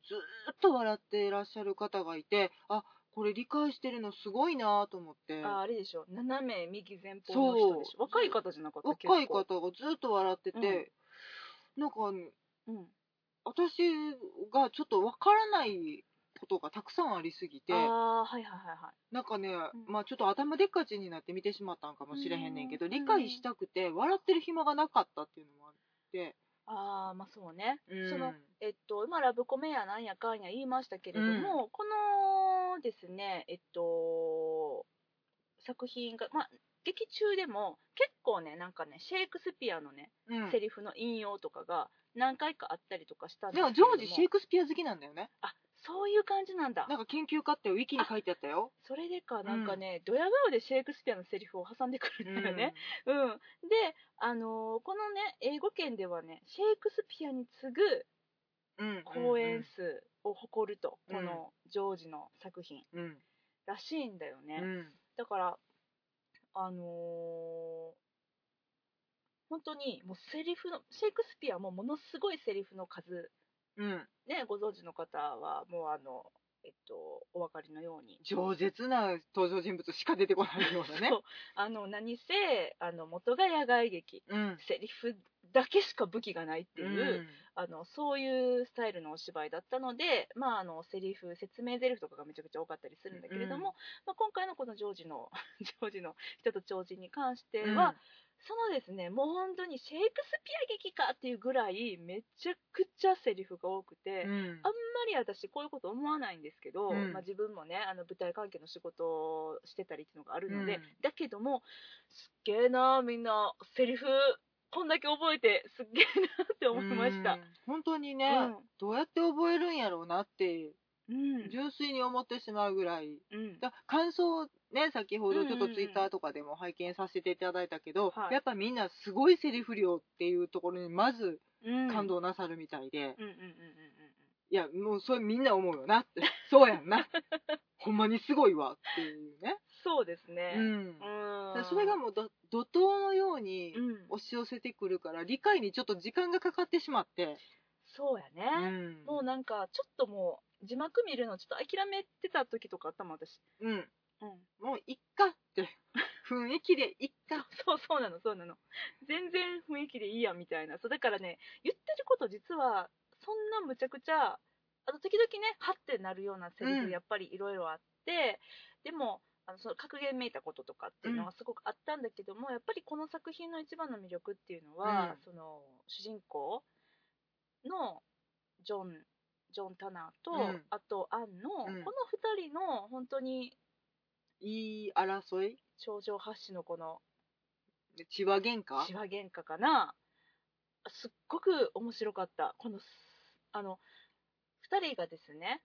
っと笑っていらっしゃる方がいて、あ、これ理解してるのすごいなと思って、
ああれでしょ、斜め右前方の人でしょ。
そう
若い方じゃなかった
若
結
い
構
方がずーっと笑ってて、なんか、
うん。
私がちょっとわからないことがたくさんありすぎて、
ああ、はいはいはいはい。
なんかね、
ん
まあちょっと頭でっかちになって見てしまったんかもしれへんねんけど、
うん
理解したくて笑ってる暇がなかったっていうのもあって、
ああ、まあそうね。
うん
そのえっと、まあラブコメやなんやかんや言いましたけれども、このですね、えっと、作品が、まあ、劇中でも結構ね、なんかね、シェイクスピアのね、
うん
セリフの引用とかが何回かあったりとかしたん
でもジ
けれど
ョージシェイクスピア好きなんだよね
あ、そういう感じなんだ
な。んか研究家ってウィキに書いてあったよ、
それでか、なんかね、ドヤ顔でシェイクスピアのセリフを挟んでくる んだよね。うん。で、あのーこのね、英語圏ではね、シェイクスピアに次ぐ
うん
公演数を誇ると、
うん
このジョージの作品
うん
らしいんだよね、
うん
だからあのー本当にもうセリフのシェイクスピアもものすごいセリフの数
うん
ねご存知の方はもうあのえっと、お分かりのように
饒舌な登場人物しか出てこないようなね
そうあの何せあの元が野外劇
うん
セリフだけしか武器がないっていう、
うん
あのそういうスタイルのお芝居だったので、まあ、あのセリフ説明セリフとかがめちゃくちゃ多かったりするんだけれども、まあ、今回のこのジョージの ジョージの人と超人に関しては、そのですねもう本当にシェイクスピア劇かっていうぐらいめちゃくちゃセリフが多くて。
うん
あんまり私こういうこと思わないんですけど、
うん
まあ、自分もねあの舞台関係の仕事をしてたりっていうのがあるので、
うん
だけどもすっげえなみんなセリフこんだけ覚えてすっげえなって思いました
う。ん本当にね、どうやって覚えるんやろうなって
うんうん
純粋に思ってしまうぐらい
うん
だ感想をね先ほどちょっ
うんうん
と
うん
ツイッターとかでも拝見させていただいたけど、
はい
やっぱみんなすごいセリフ量っていうところにまず
うん
感動なさるみたいで、
うんうんうんうんうん
いやもうそれみんな思うよなって そうやんなほんまにすごいわっていうね、
そうですね。
う、
うん
だから
ん
それがもうど怒涛のように
うん、
押し寄せてくるから理解にちょっと時間がかかってしまって、
そうや
う
ね、
ん
もうなんかちょっともう字幕見るのちょっと諦めてた時とかあったもん私。
うん、
うん、
もういっかって 雰囲気でいっか
そうそうなのそうなの全然雰囲気でいいやみたいなそうだからね言ってること実はそんなむちゃくちゃあの時々ねハッてなるようなセリ
うん
フやっぱりいろいろあって、でもあのその格言めいたこととかっていうのはすごくあったんだけども、やっぱりこの作品の一番の魅力っていうのは、
うん
その主人公のジョンジョン・タナーと、
うん
あとアンの、
うん
この2人の本当に
いい争い
頂上発しのこの
千葉喧嘩
千葉喧嘩かなすっごく面白かったこのすあの2人がですね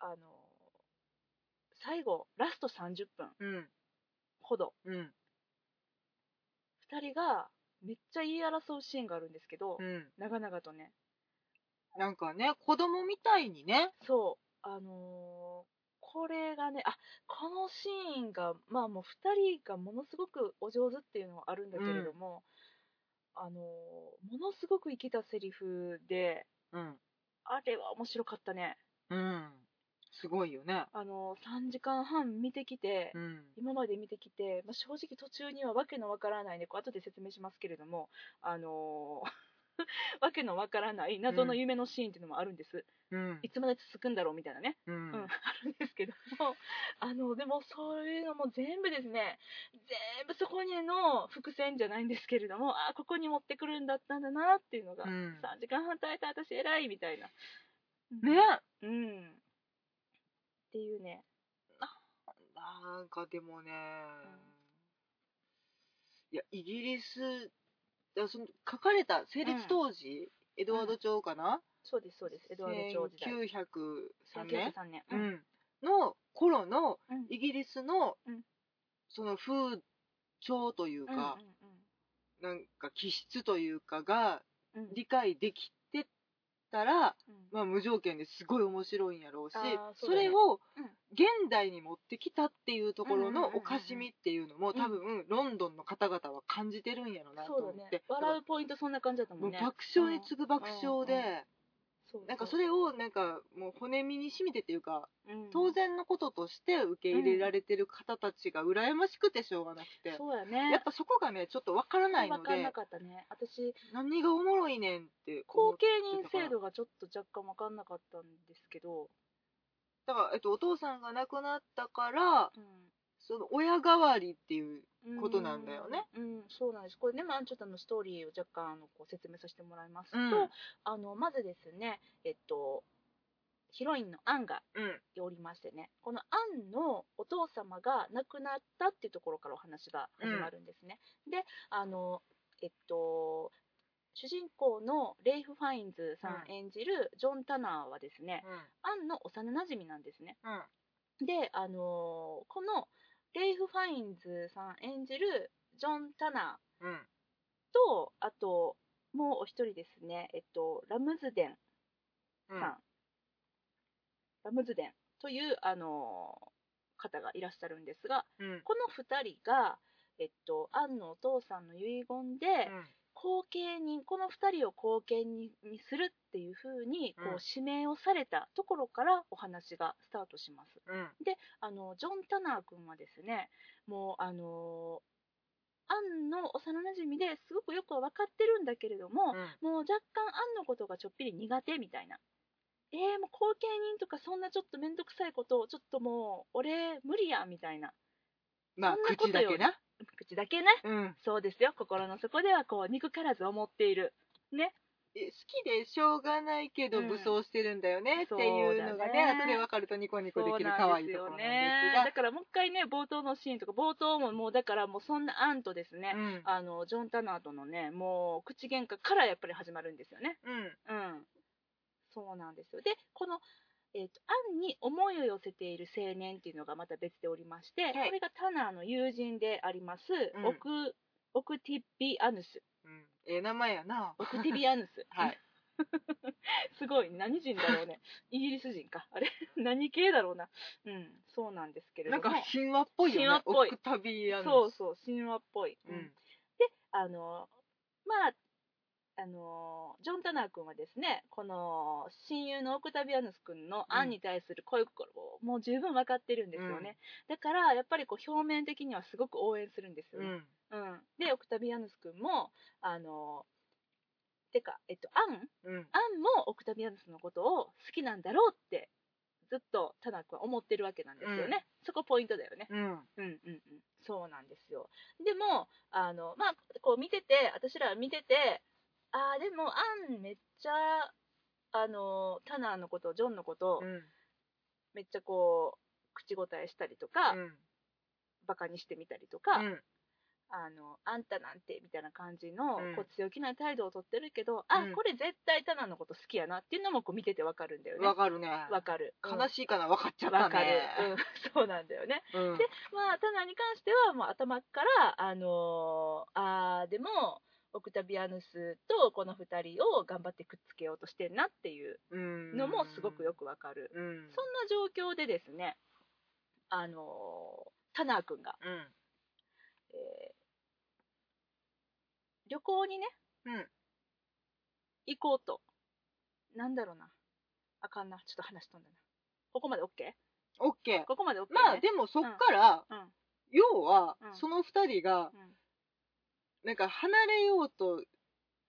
あの最後ラスト30分
うん
ほど
うん
2人がめっちゃ言い争うシーンがあるんですけど、
うん
長々とね
なんかね子供みたいにね
そうあのーこれがねあこのシーンがまあもう2人がものすごくお上手っていうのはあるんだけれども、あのーものすごく生きたセリフで
うん
あれは面白かったね。
うんすごいよね
あの、3時間半見てきて、
うん
今まで見てきて、まあ、正直途中にはわけのわからないね、こう後で説明しますけれども、あの ーわけのわからない謎の夢のシーンっていうのもあるんです。
うん
いつまで続くんだろうみたいなね。
う
うんん、あるんですけども、 あの、でもそういうのも全部ですね、全部そこにの伏線じゃないんですけれども、あーここに持ってくるんだったんだなっていうのが、
うん
3時間半耐えた私偉いみたいな。
ね
うん。っていうね。
なんかでもね、いやイギリスだその書かれた成立当時、エドワード朝かな、
そうです、そうです。エドワード・ジョージ代。
1903
1903
年、
年。
う。ん、の頃の
うん
イギリスの、
うん
その風潮という
うんうん
か、なんか気質というかが
うんうん
理解できてたら、
うん
まあ、無条件ですごい面白いんやろうし
あー
そ
そうだね
れを
うん
現代に持ってきたっていうところ
うんうんう
の
んうん
おかしみっていうのも多分ロンドンの方々は感じてるんやろなと
そう
思
だ
っ
ね
て。
笑うポイントそんな感じだったも
も
ん
う
ね。
爆笑に次ぐ爆笑
うんうん
で
そう
なんかそれをなんかもう骨身に染みてっていうか
うん
当然のこととして受け入れられてる方たちが羨ましくてしょうがなくて
そうやね。
やっぱそこがねちょっとわからない
わ
の
かんな
で
かったね。私、
何がおもろいねんって思
後
っ
継人制度がちょっと若干わかんなかったんですけど、
だから、えっと、お父さんが亡くなったから
う
その親代わりっていうんことなんだよね。
うん、うんそうなんです。これね、まあ、ちょっとあのストーリーを若干あのこう説明させてもらいますと、
うん
あのまずですね、えっと、ヒロインのアンが
うん
おりましてねこのアンのお父様が亡くなったっていうところからお話が始まるんですね、であのえっと主人公のレイフ・ファインズさん
うん
演じるジョン・タナーはですね、アンの幼なじみなんですね
うん
であのこのレイフ・ファインズさん演じるジョン・タナー
うん
とあともうお一人ですね、えっと、ラムズデン
うん
さん、ラムズデンという、あのー方がいらっしゃるんですが
うん
この2人が、えっと、アンのお父さんの遺言で、
うん
こ後継人この2人を後継人にするっていう風にこ
うん
う指名をされたところからお話がスタートします。
うん
あのジョン・タナー君はですねもうあのアンの幼なじみですごくよくは分かってるんだけれども、
うん
もう若干アンのことがちょっぴり苦手みたいな。えー、もう後継人とかそんなちょっと面倒くさいことをちょっともう俺無理やみたいな
まあ
そんなこと
口だけな
口だけね
うん
そうですよ心の底ではこう憎からず思っている
え好きでしょうがないけど
うん
武装してるんだよね、って
そうだね
いうのがね後で分かるとニコニコできる可愛いところなんですが
だからもう一回ね冒頭のシーンとか冒頭ももうだからもうそんなアンとですね、
うん
あのジョン・タナーとのねもう口喧嘩からやっぱり始まるんですよね
うん
うんそうなんですよでこのえー、とアンに思いを寄せている青年っていうのがまた別でおりまして、
い
これがタナーの友人であります、
うん
オクオクティビアヌス
うんええ名前やな
オクティビアヌス
はい
すごい何人だ ろうねイギリス人かあれ 何系だろうなうんそうなんですけれど
なん
も
か神話っぽいよね
神話っぽい
オクタビアヌス
そうそう神話っぽい、
うん
あのまああのジョン・タナー君はですねこの親友のオクタビアヌス君のアンに対する恋心をもう十分分かってるんですよね、だからやっぱりこう表面的にはすごく応援するんですよ
う
ね、
ん
うんでオクタビアヌス君もあのてか、えっと、アン
うん
アンもオクタビアヌスのことを好きなんだろうってずっとタナー君は思ってるわけなんですよね、そこポイントだよね
うん
うんうんうん、そうなんですよ。でも、あのまあ、こう見てて、私ら見てて、ああ、でも、アンめっちゃ、あのタナーのこと、ジョンのこと、
うん
めっちゃこう、口答えしたりとか、
うん
バカにしてみたりとか、
うん
あの、あんたなんてみたいな感じの、
うん
こう強気な態度をとってるけど、あ、
うん
これ絶対タナーのこと好きやなっていうのもこう見ててわかるんだよね。
わかるね
わかる。
悲しいかな分かっちゃ
う
っ
んわ
た
かる、
ね
うん、そうなんだよね。
うん
でまあ、タナーに関してはもう頭から、あのーあーでもオクタビアヌスとこの2人を頑張ってくっつけようとしてんなっていう
うん
のもすごくよくわかる、
うん
そんな状況でですね、あのータナー君が、
うん
えー旅行にね、
うん
行こうとなんだろうなあかんなちょっと話飛んだなここまで OK?
オッケー
ここまで OK、ね、
まあでもそっから、
うん
要は、
うん
その二人が
うん
なんか離れようと
うん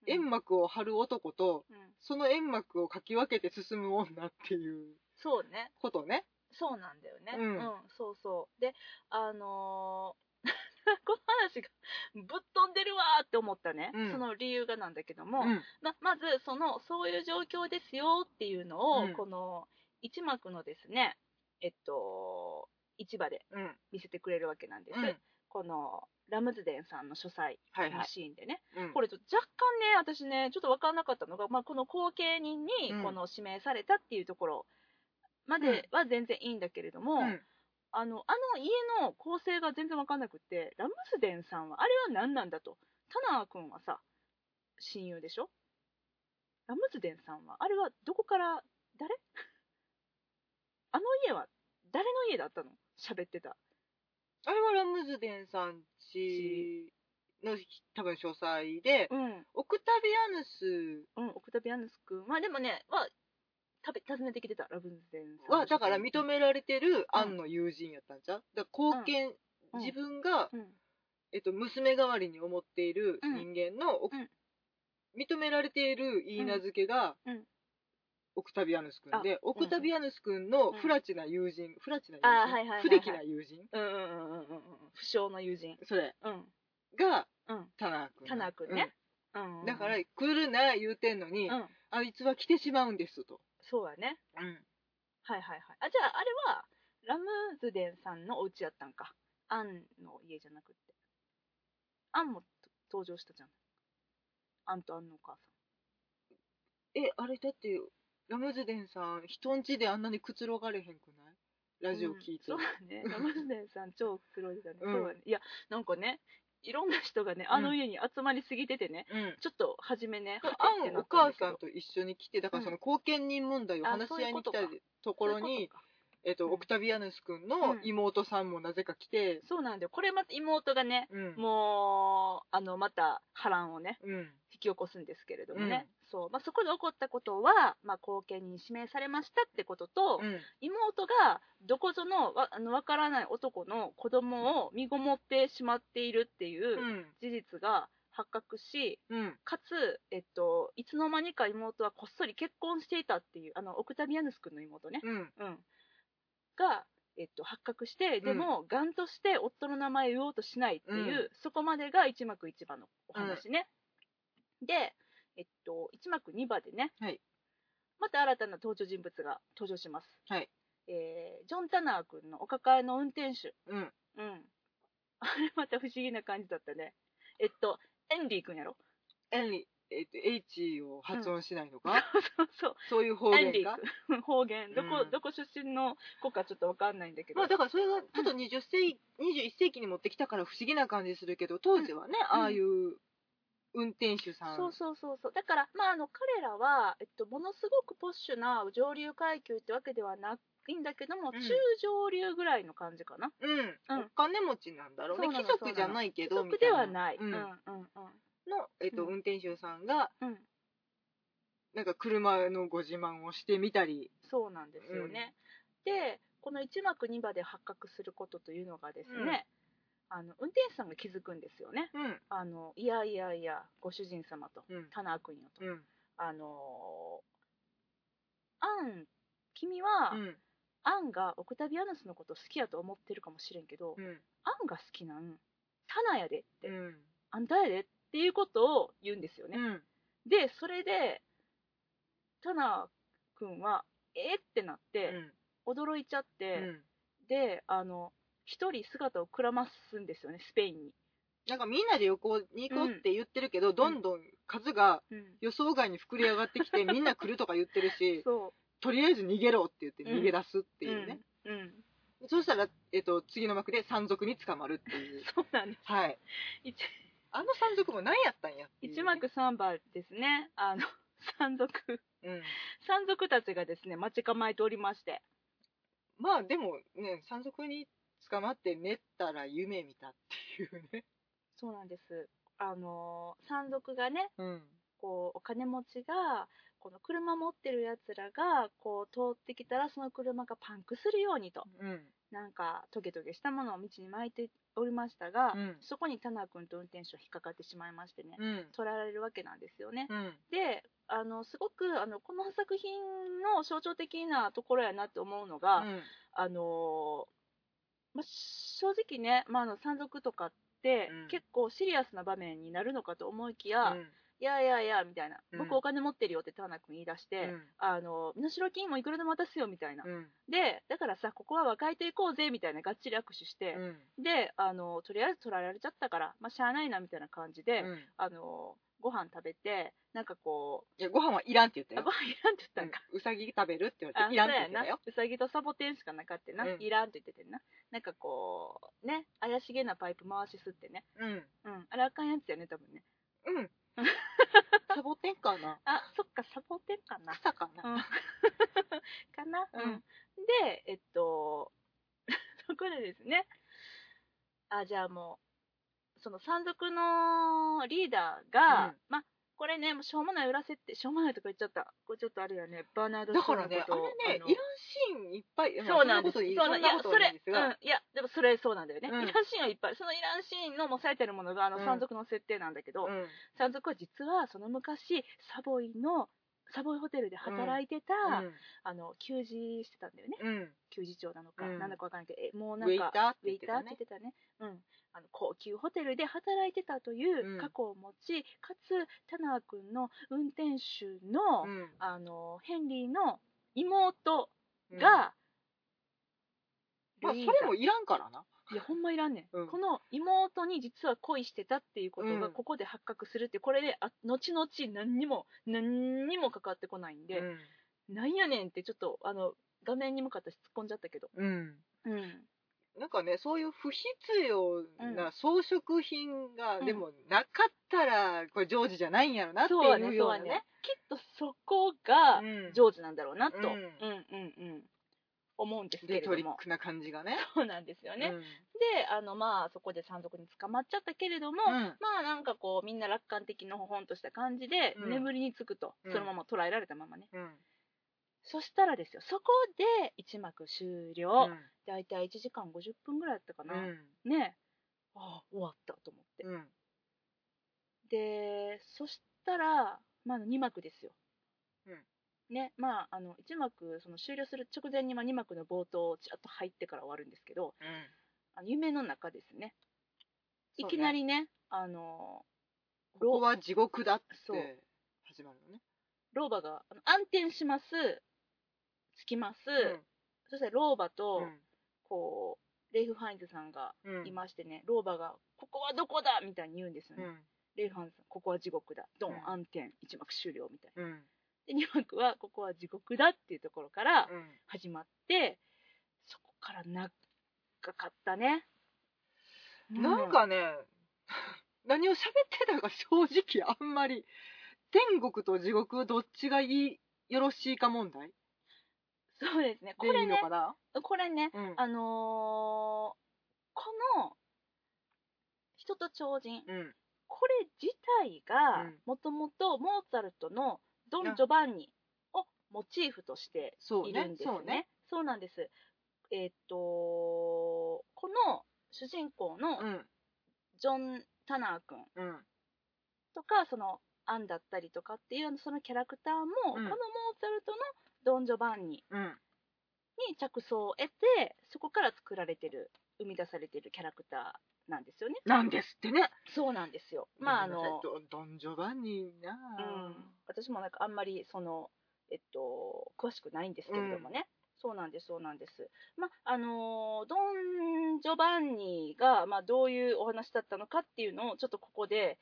煙幕を張る男と、
うん
その煙幕をかき分けて進む女っていう
そうね
ことね。
そうなんだよね。う、
うんん
そうそう。で、あのー この話がぶっ飛んでるわーって思ったね、
うん
その理由がなんだけど
う
も、
ん
ままずそのそういう状況ですよっていうのを、
うん
この一幕のですねえっと市場で
うん
見せてくれるわけなんです、
うん
このラムズデンさんの書斎
はいは
の
い。
シーンでね、
うん
これと若干ね私ねちょっと分からなかったのが、まあ、この後継人に
うん
この指名されたっていうところまでは全然いいんだけれども、
うん
あのあの家の構成が全然分かんなくってラムスデンさんはあれは何なんだとタナー君はさ親友でしょラムスデンさんはあれはどこから誰 あの家は誰の家だったの喋ってた
あれはラムズデンさんちの多分詳細で、
うん
オクタビアヌス
うん、オクタビアヌス君、まあでもね、は、たべ訪ねてきてた、ラブンゼンさんの
はだから認められてる
うん
アンの友人やったんちゃうだから貢献、
うん
自分が、
うん、
えっと、娘代わりに思っている人間の、お
うん
認められている言い名付けが、
うんうん
オクタビアヌス君で、オクタビアヌス君
う
の
ん
不埒な友人、不埒な友人、
あーはいはいはいはい
不出来な友人
うんうんうんうんうんうん、不詳の友人。
それ
うん、
が
うん、
タナー君
タナー君ね、。うん、
うんだから来るな言うてんのに、
うん、
あいつは来てしまうんですと、
そうやね。
うん、
はいはいはい。あ、じゃああれは、ラムズデンさんのお家やったんか。アンの家じゃなくって。アンも登場したじゃん。アンとアンのお母さん。
えあれだってラムズデンさん人んちであんなにくつろがれへんくないラジオ聞いて、
うん、そうだねラムズデンさん超くろいだね、
うん
そうだねいやなんかねいろんな人がねあの家に集まりすぎててね、
うん
ちょっと初めねはて
ア
って
ン
な
お
った
母
だけど
さんと一緒に来てだから
うん
その後見人問題を話し合いに来た
あそういう
ところにえっと
うん
オクタビアヌス君の妹さんもなぜか来て、
そういうことかそうなんだよこれまた妹がね
うん
もうあのまた波乱をね
うん
き起こすんですけれどもね、そうまあ、そこで起こったことは、まあ、後見に指名されましたってことと、
うん
妹がどこぞのわあのわからない男の子供を身ごもってしまっているっていう事実が発覚し、
うん
かつ、えっと、いつの間にか妹はこっそり結婚していたっていう、あの、オクタビアヌス君の妹ね、
うん
うん、が、えっと、発覚して、でも、が、んとして夫の名前を言おうとしないっていう、
う
そこまでが一幕一番のお話ね。で、えっと、一幕二番でね、
はい
また新たな登場人物が登場します。
はい
えージョン・タナー君のお抱えの運転手。
うん
うん。あれまた不思議な感じだったね。えっと、エンディ君やろ
エンリえっと H を発音しないのか、
そうそう。
そういう方言
エンディ
が
君方言どこ、
うん
どこ出身の子かちょっとわかんないんだけど、
まあだからそれがちょっと20世紀21世紀に持ってきたから不思議な感じするけど当時はね、
うん
ああいう運転手さん
そうそうそうそうだからまああの彼らは、えっと、ものすごくポッシュな上流階級ってわけではないんだけども、
うん
中上流ぐらいの感じかな
うん、お金持ちなんだろうね
そうなの
貴族じゃないけ
貴
ど
族ではない、
みた
うん、う
い
ん
なうんの、えっと
うん
運転手さんが
うんうん
なんか車のご自慢をしてみたり、
そうなんですよね、でこの1幕2話で発覚することというのがですね、あの運転手さんが気づくんですよね
うん
あのいやいやいやご主人様と、
うん
タナー君よと、
うん
あのーアン君は、
うん
アンがオクタビアヌスのこと好きやと思ってるかもしれんけど、
うん
アンが好きなんタナやでって、
うん
あんたやでっていうことを言うんですよ
う
ね、
ん
でそれでタナ君はえーってなって、驚いちゃっ
う
て、
ん
であの一人姿をくらますんですよねスペインに、
なんかみんなで旅行に行こうって言ってるけど、どんどん数が予想外に膨れ上がって きてみんな来るとか言ってるし
そ
とりあえず逃げろって言って
うん
逃げ出すって
う
いうね、
うんうん
そうしたら、えっと次の幕で山賊に捕まるって いう
そうなんです
はい
一
あの山賊も何やったんやっていうね
一幕三番ですねあの山賊
うん
山賊たちがですね待ち構えておりまして
まあでもね山賊に捕まって寝たら夢見たっていうね、
そうなんですあのー山賊がね
うん、
こうお金持ちがこの車持ってるやつらがこう通ってきたらその車がパンクするようにと
うん
なんかトゲトゲしたものを道に巻いておりましたが、
うん
そこにタナー君と運転手は引っかかってしまいましてね、
うん
捕らえられるわけなんですよね。
うん
であのすごくあのこの作品の象徴的なところやなって思うのが、あのーまあ、正直ね、まあ、あの山賊とかって、
うん
結構シリアスな場面になるのかと思いき
う
や、
ん
いやいやいやみたいな、
うん
僕お金持ってるよってターナ君言い出して、あの身代金もいくらでも渡すよみたいな、
うん
でだからさここは和解といこうぜみたいながっちり握手して、
うん
であのとりあえず捕らえられちゃったから、まあ、しゃあないなみたいな感じで、
うん
あのご飯食べてなんかこ
いやご飯はいらんって言った
うあ
よ
ご飯いらんって言ったんか、
うんうさぎ食べるって言わ
あ
れていらんっ
そ
て言って
う
た
やな
よ
うさぎとサボテンしかなかってな、
うん
いらんって言っててんななんかこうね怪しげなパイプ回しすってね
うん
うんあれあかんやつやね多分ね
うんサボテンかな
あそっかサボテンかな
草かな
うんかな、
うん
でえっと そこでですねあじゃあもうその山賊のリーダーが、
うん
まあこれねもうしょうもない裏設定しょうもないとか言っちゃったこれちょっとあれやねバーナード・
だからね
シ
あ
ョーのこと
れ
を
ね
の
イランシーンいっぱい
そうなんです。
そん
そう
なこ
い
と
や、
こと
そ
はな
れ
いん、で
う
す
ん
が、
いや、でもそれそうなんだよね。
うん
イランシーンはいっぱい、そのイランシーンの抑えてるものが、あの
うん
山賊の設定なんだけど、
うん
山賊は実はその昔、サボイの、サボイホテルで働いてた、あの、給仕してたんだよね。
うんうん
給仕長なのか、
うん
なんだかわかんないけど、え、もうな
ウェ
ん
イ
か、
ターって
ウェ
言っ
イ
て
ター
た
って言
ね
ってたね。うん。あの高級ホテルで働いてたという
うん
過去を持ち、かつ、タナー君の運転手の、
うん
あの、ヘンリーの妹が、
まあそ
ルイ
れ
ーザ
もいらんからない
やほんまいらんねん、
うん
この妹に実は恋してたっていうことが
うん
ここで発覚するって、これであ後々何にも何にも関わってこないんで、
うん
なんやねんってちょっとあの画面に向かって突っ込んじゃったけど、
うん
うん、
なんかねそういう不必要
う
な装飾品が、
うん
でもなかったらこれジョージじゃないんやろなって
そうはね
いう
そ
よ
う
う
は
な
ね
ね
きっとそこが
うん
ジョージなんだろうなと、う、
うんん
うんうん思うんですけ
レ
れ
ト
ど
リッ
も
クな感じがね。
そうなんですよね、
うん
であのまあそこで山賊に捕まっちゃったけれども、
うん
まあなんかこうみんな楽観的のほほんとした感じで、
うん
眠りにつくと
うん
そのまま捕らえられたままね、
うん
そしたらですよそこで一幕終了、だいたい1時間50分ぐらいだったか
う
な、
ん
ねえああ終わったと思って、
うん
でそしたら、まあ、2幕ですよ、ねまああの1幕その終了する直前にまあ2幕の冒頭をちらっと入ってから終わるんですけど
うん
あの夢の中ですね
そ
いう
ね
きなりねあの
ここは
老
地獄だっ
そう
て始まるのね。
老婆があの暗転しますつきます、そして老婆と、こうレイフ・ハインズさんが
うんうん
いましてね、老婆が「ここはどこだ!」みたいに言うんですよ
う
ね、
ん
レイフ・ハインズさん「ここは地獄だ」ドン、
うん
暗転一幕終了みたいな
うん
で2幕は「ここは地獄だ」っていうところから
うん
始まってそこから長かったね
なんかね、 何を喋ってたか正直あんまり天国と地獄どっちがいいよろしいか問題
うんそうですねこ
でい
れ
いの
ね
かな、
これね
うん
あのーこの人と超人
うん
これ自体が
うん
もともとモーツァルトの「ドン・ジョバンニ」をモチーフとして
そう
いる
ね
んですね。そ
そううね
なんです。えーっとこの主人公
う
の
ん
ジョン・タナー君
うん
とかそのアンだったりとかっていうそのキャラクターも、
うん
このモーツァルトの「ドン・ジョバンニ
うん」
に着想を得てそこから作られてる生み出されてるキャラクターなんですよね。
なんですってね
そうなんですよ。まああの
ドドン・ジョバンニなあ
うん、私もなんかあんまりその、えっと、詳しくないんですけれどもね、そうなんですそうなんですまああのードン・ジョバンニが、まあ、どういうお話だったのかっていうのをちょっとここで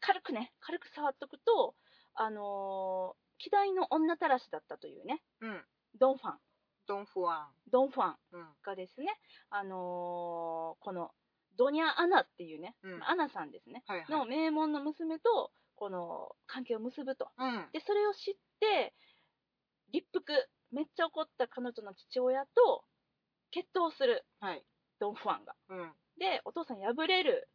軽くね軽く触っとくとあのー希代の女たらしだったというね
うん
ドン・ファン
ドン・フア
ドン・ファン
ンうん
がですねあのーこのドニャ・アナっていうね、
うん
まあアナさんですね
はいはい
の名門の娘とこの関係を結ぶと
うん
でそれを知って立腹めっちゃ怒った彼女の父親と決闘する
はい
ドン・ファンが
うんうん
でお父さん敗れる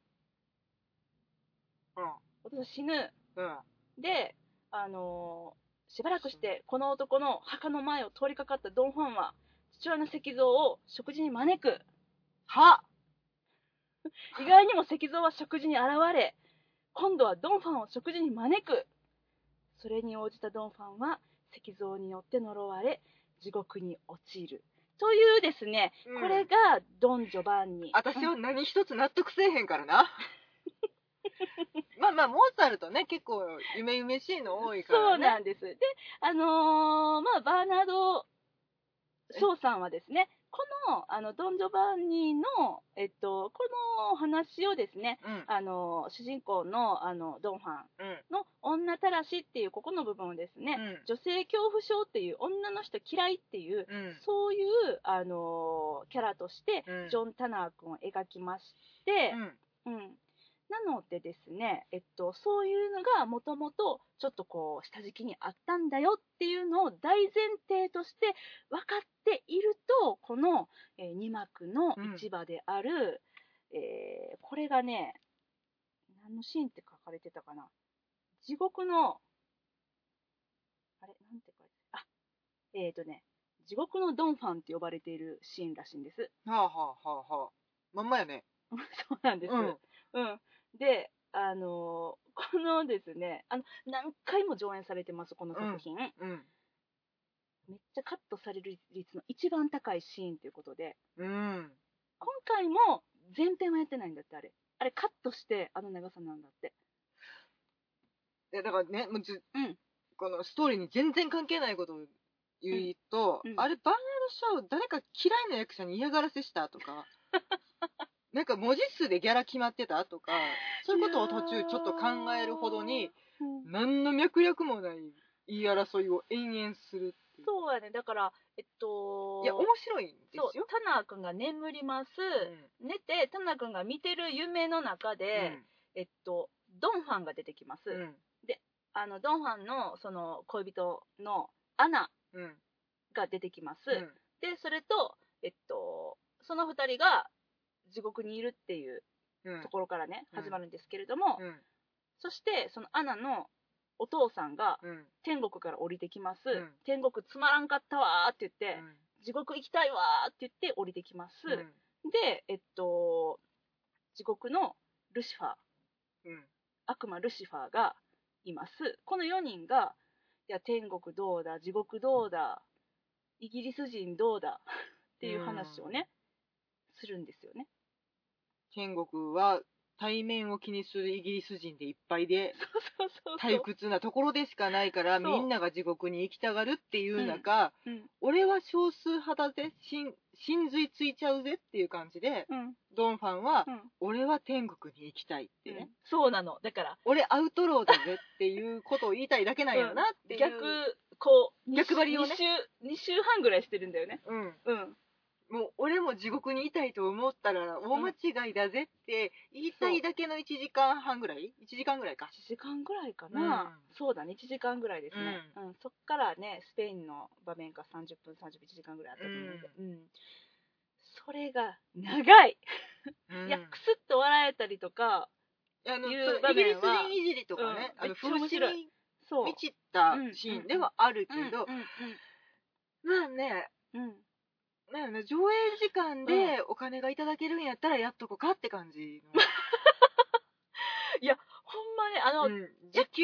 お父さん死ぬ
うん
であのーしばらくしてこの男の墓の前を通りかかったドン・ファンは父親の石像を食事に招く
は
意外にも石像は食事に現れ今度はドン・ファンを食事に招くそれに応じたドン・ファンは石像によって呪われ地獄に陥るというですね、これがドン・ジョバンニ
私は何一つ納得せえへんから なまあまあモーツァルトね結構夢夢しいの多いか
そう
ら、ね、
なんですであのーまあバーナード・ショーさんはですねこのあのドン・ジョバンニの、えっと、このお話をですね
うん
あの主人公のあのドン・ファン
うん
の女たらしっていうここの部分をですね、
うん
女性恐怖症っていう女の人嫌いっていう、
うん
そういう、あのーキャラとして、
うん
ジョン・タナー君を描きまして、
うん
うんなのでですね、えっと、そういうのがもともとちょっとこう下敷きにあったんだよっていうのを大前提として分かっているとこの、え2幕の市場である、えーこれがね何のシーンって書かれてたかな地獄のあれなんて書いてあえっ、とね地獄のドンファンって呼ばれているシーンらしいんです。
はあはあはあはあまんまやね
そうなんです、
うん
うん、で、あのーこ のですねあの何回も上演されてますこの作品、
うん
めっちゃカットされる率の一番高いシーンということで
うん
今回も前編はやってないんだってあれあれカットしてあの長さなんだって
いやだからねもうじ、
うん
このストーリーに全然関係ないことを言うと、
うんうん
あれバーナード・シャーを誰か嫌いな役者に嫌がらせしたと かなんか文字数でギャラ決まってたとかそういうことを途中ちょっと考えるほどに
うん
何の脈略もない言い争いを延々するっていう
そうやねだからえっと
いや面白いんです
そう
よ。
タナー君が眠ります、寝てタナー君が見てる夢の中で、えっとドンファンが出てきます、
うんうん
あのドンファンのその恋人のアナ
うん
が出てきます、
うん
でそれと、えっと、その2人が地獄にいるっていう
うん
ところからね、
うん
始まるんですけれども、
うん
そしてそのアナのお父さんが
うん
天国から降りてきます、
うん
天国つまらんかったわーって言って、
うん
地獄行きたいわーって言って降りてきます、
うん
でえっと地獄のルシファー
うん
悪魔ルシファーがいますこの4人がいや天国どうだ地獄どうだイギリス人どうだっていう話をね、するんですよね
天国は対面を気にするイギリス人でいっぱいで
そうそうそう
退屈なところでしかないから
そう
みんなが地獄に行きたがるっていう中、
うん
俺は少数派だぜ心心髄ついちゃうぜっていう感じで
うん
ドンファンは、
うん
俺は天国に行きたいってね、
うんそうなのだから
俺アウトローだぜっていうことを言いたいだけなんやなっていう、
逆こう
逆張りをね
2週二週半ぐらいしてるんだよね
うん、
うん
もう俺も地獄にいたいと思ったら大間違いだぜって言いたいだけの1時間半ぐらい1時間ぐらいか
1時間ぐらいかな、
う
そうだね1時間ぐらいですね、うんそっからねスペインの場面が30分31時間ぐらいあったと思うんで、うんそれが長い、いや
うん
クスッと笑えたりとか
あの
いう
それ
場
イギリ
面
ス
は
人いじりとかね、
うん
あ
め
の
っちゃ
風
面
刺
白い
に
そう
満ちたシーンではあるけ
うん
ど、
う
まあね
んうん
なんやろね上映時間でお金がいただけるんやったらやっとこかって感じ
ほんまねあ
の、
の、
うん時給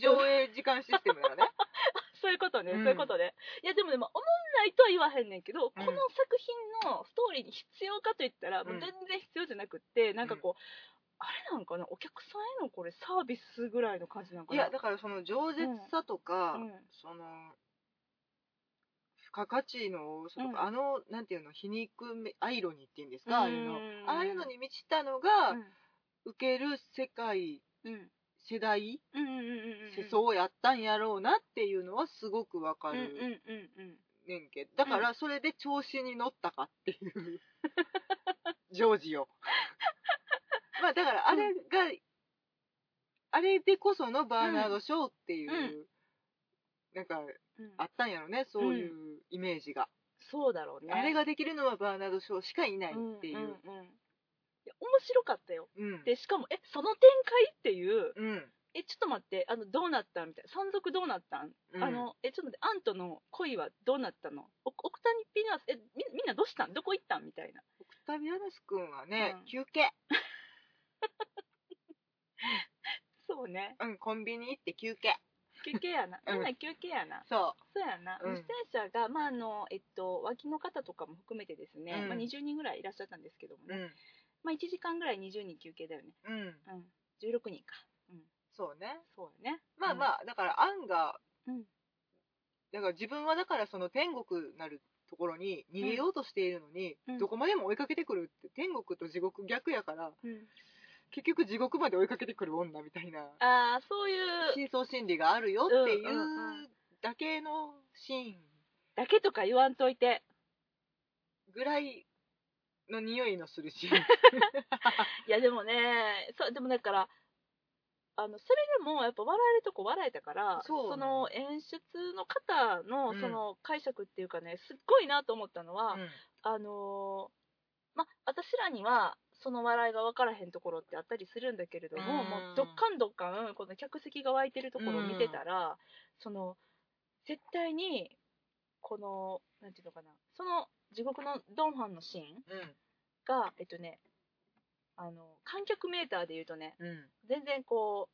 上映時間システ ムだね
そういうことね、
うん
そういうことねいやでもでもおもんないとは言わへんねんけど、この作品のストーリーに必要かといったら、もう全然必要じゃなくってなんかこう、あれなんかなお客さんへのこれサービスぐらいの感じなんか
い
な
やだからその饒舌さとか、
うん
その付加価値の多さとか、
うん
あのなんていうの皮肉めアイロニーっていうんですか、ああいうの
うん
ああいうのに満ちたのが、
うん
受ける世界
うん
世代
うんうんうんうん
世相をやったんやろうなっていうのはすごくわか
うんうん
る
うんうん
ねんけどだからそれで調子に乗ったかっていうジョージ をまあだからあれが、あれでこそのバーナード・ショーっていう、
うん
なんか
うん
あったんやろねそういうイメージが、
そうだろうね
あれができるのはバーナード・ショーしかいないっていう
うんうんうんいや面白かったよ
うん
でしかもえその展開っていう
うん
えちょっと待ってあのどうなったんみたいな山賊どうなったん、
うん
あのえちょっと待ってアントの恋はどうなったのお奥谷ピーナスえみみんなどうしたんどこ行ったんみたいな
オクタビアヌス君はね、
うん
休憩、
そうね
うん、コンビニ行って休憩
休憩やな
うん
みんな休憩やな、
そ
そうやな、
うん
自転車が、まああのえっと、脇の方とかも含めてですね、
うん
まあ、20人ぐらいいらっしゃったんですけども、
う
ねまあ、1時間ぐらい20人休憩だよね、
うん、うん、
うん、16人か、うん、
そうね
そうやね
まあまあ、だからアンが、
うん
だから自分はだからその天国なるところに逃げようとしているのに、
うん
どこまでも追いかけてくるって天国と地獄逆やから
うん、
結局地獄まで追いかけてくる女みたいな
ああそういう
深層心理があるよってい
んうんう
うだけのシーン
だけとか言わんといて
ぐらいの匂いのするシーン
いやでもねそうでもだからあのそれでもやっぱ笑えるとこ笑えたから
そう
の演出の方
う
の
ん
その解釈っていうかね、すっごいなと思ったのは、
うん
あのーま私らにはその笑いが分からへんところってあったりするんだけれども、
うん
もうどっかんどっかんこの客席が湧いてるところを見てたら、その絶対にこのなんていうのかなその地獄のドンファンのシーンがえっとねあの観客メーターで言うとね
うんうん
全然こう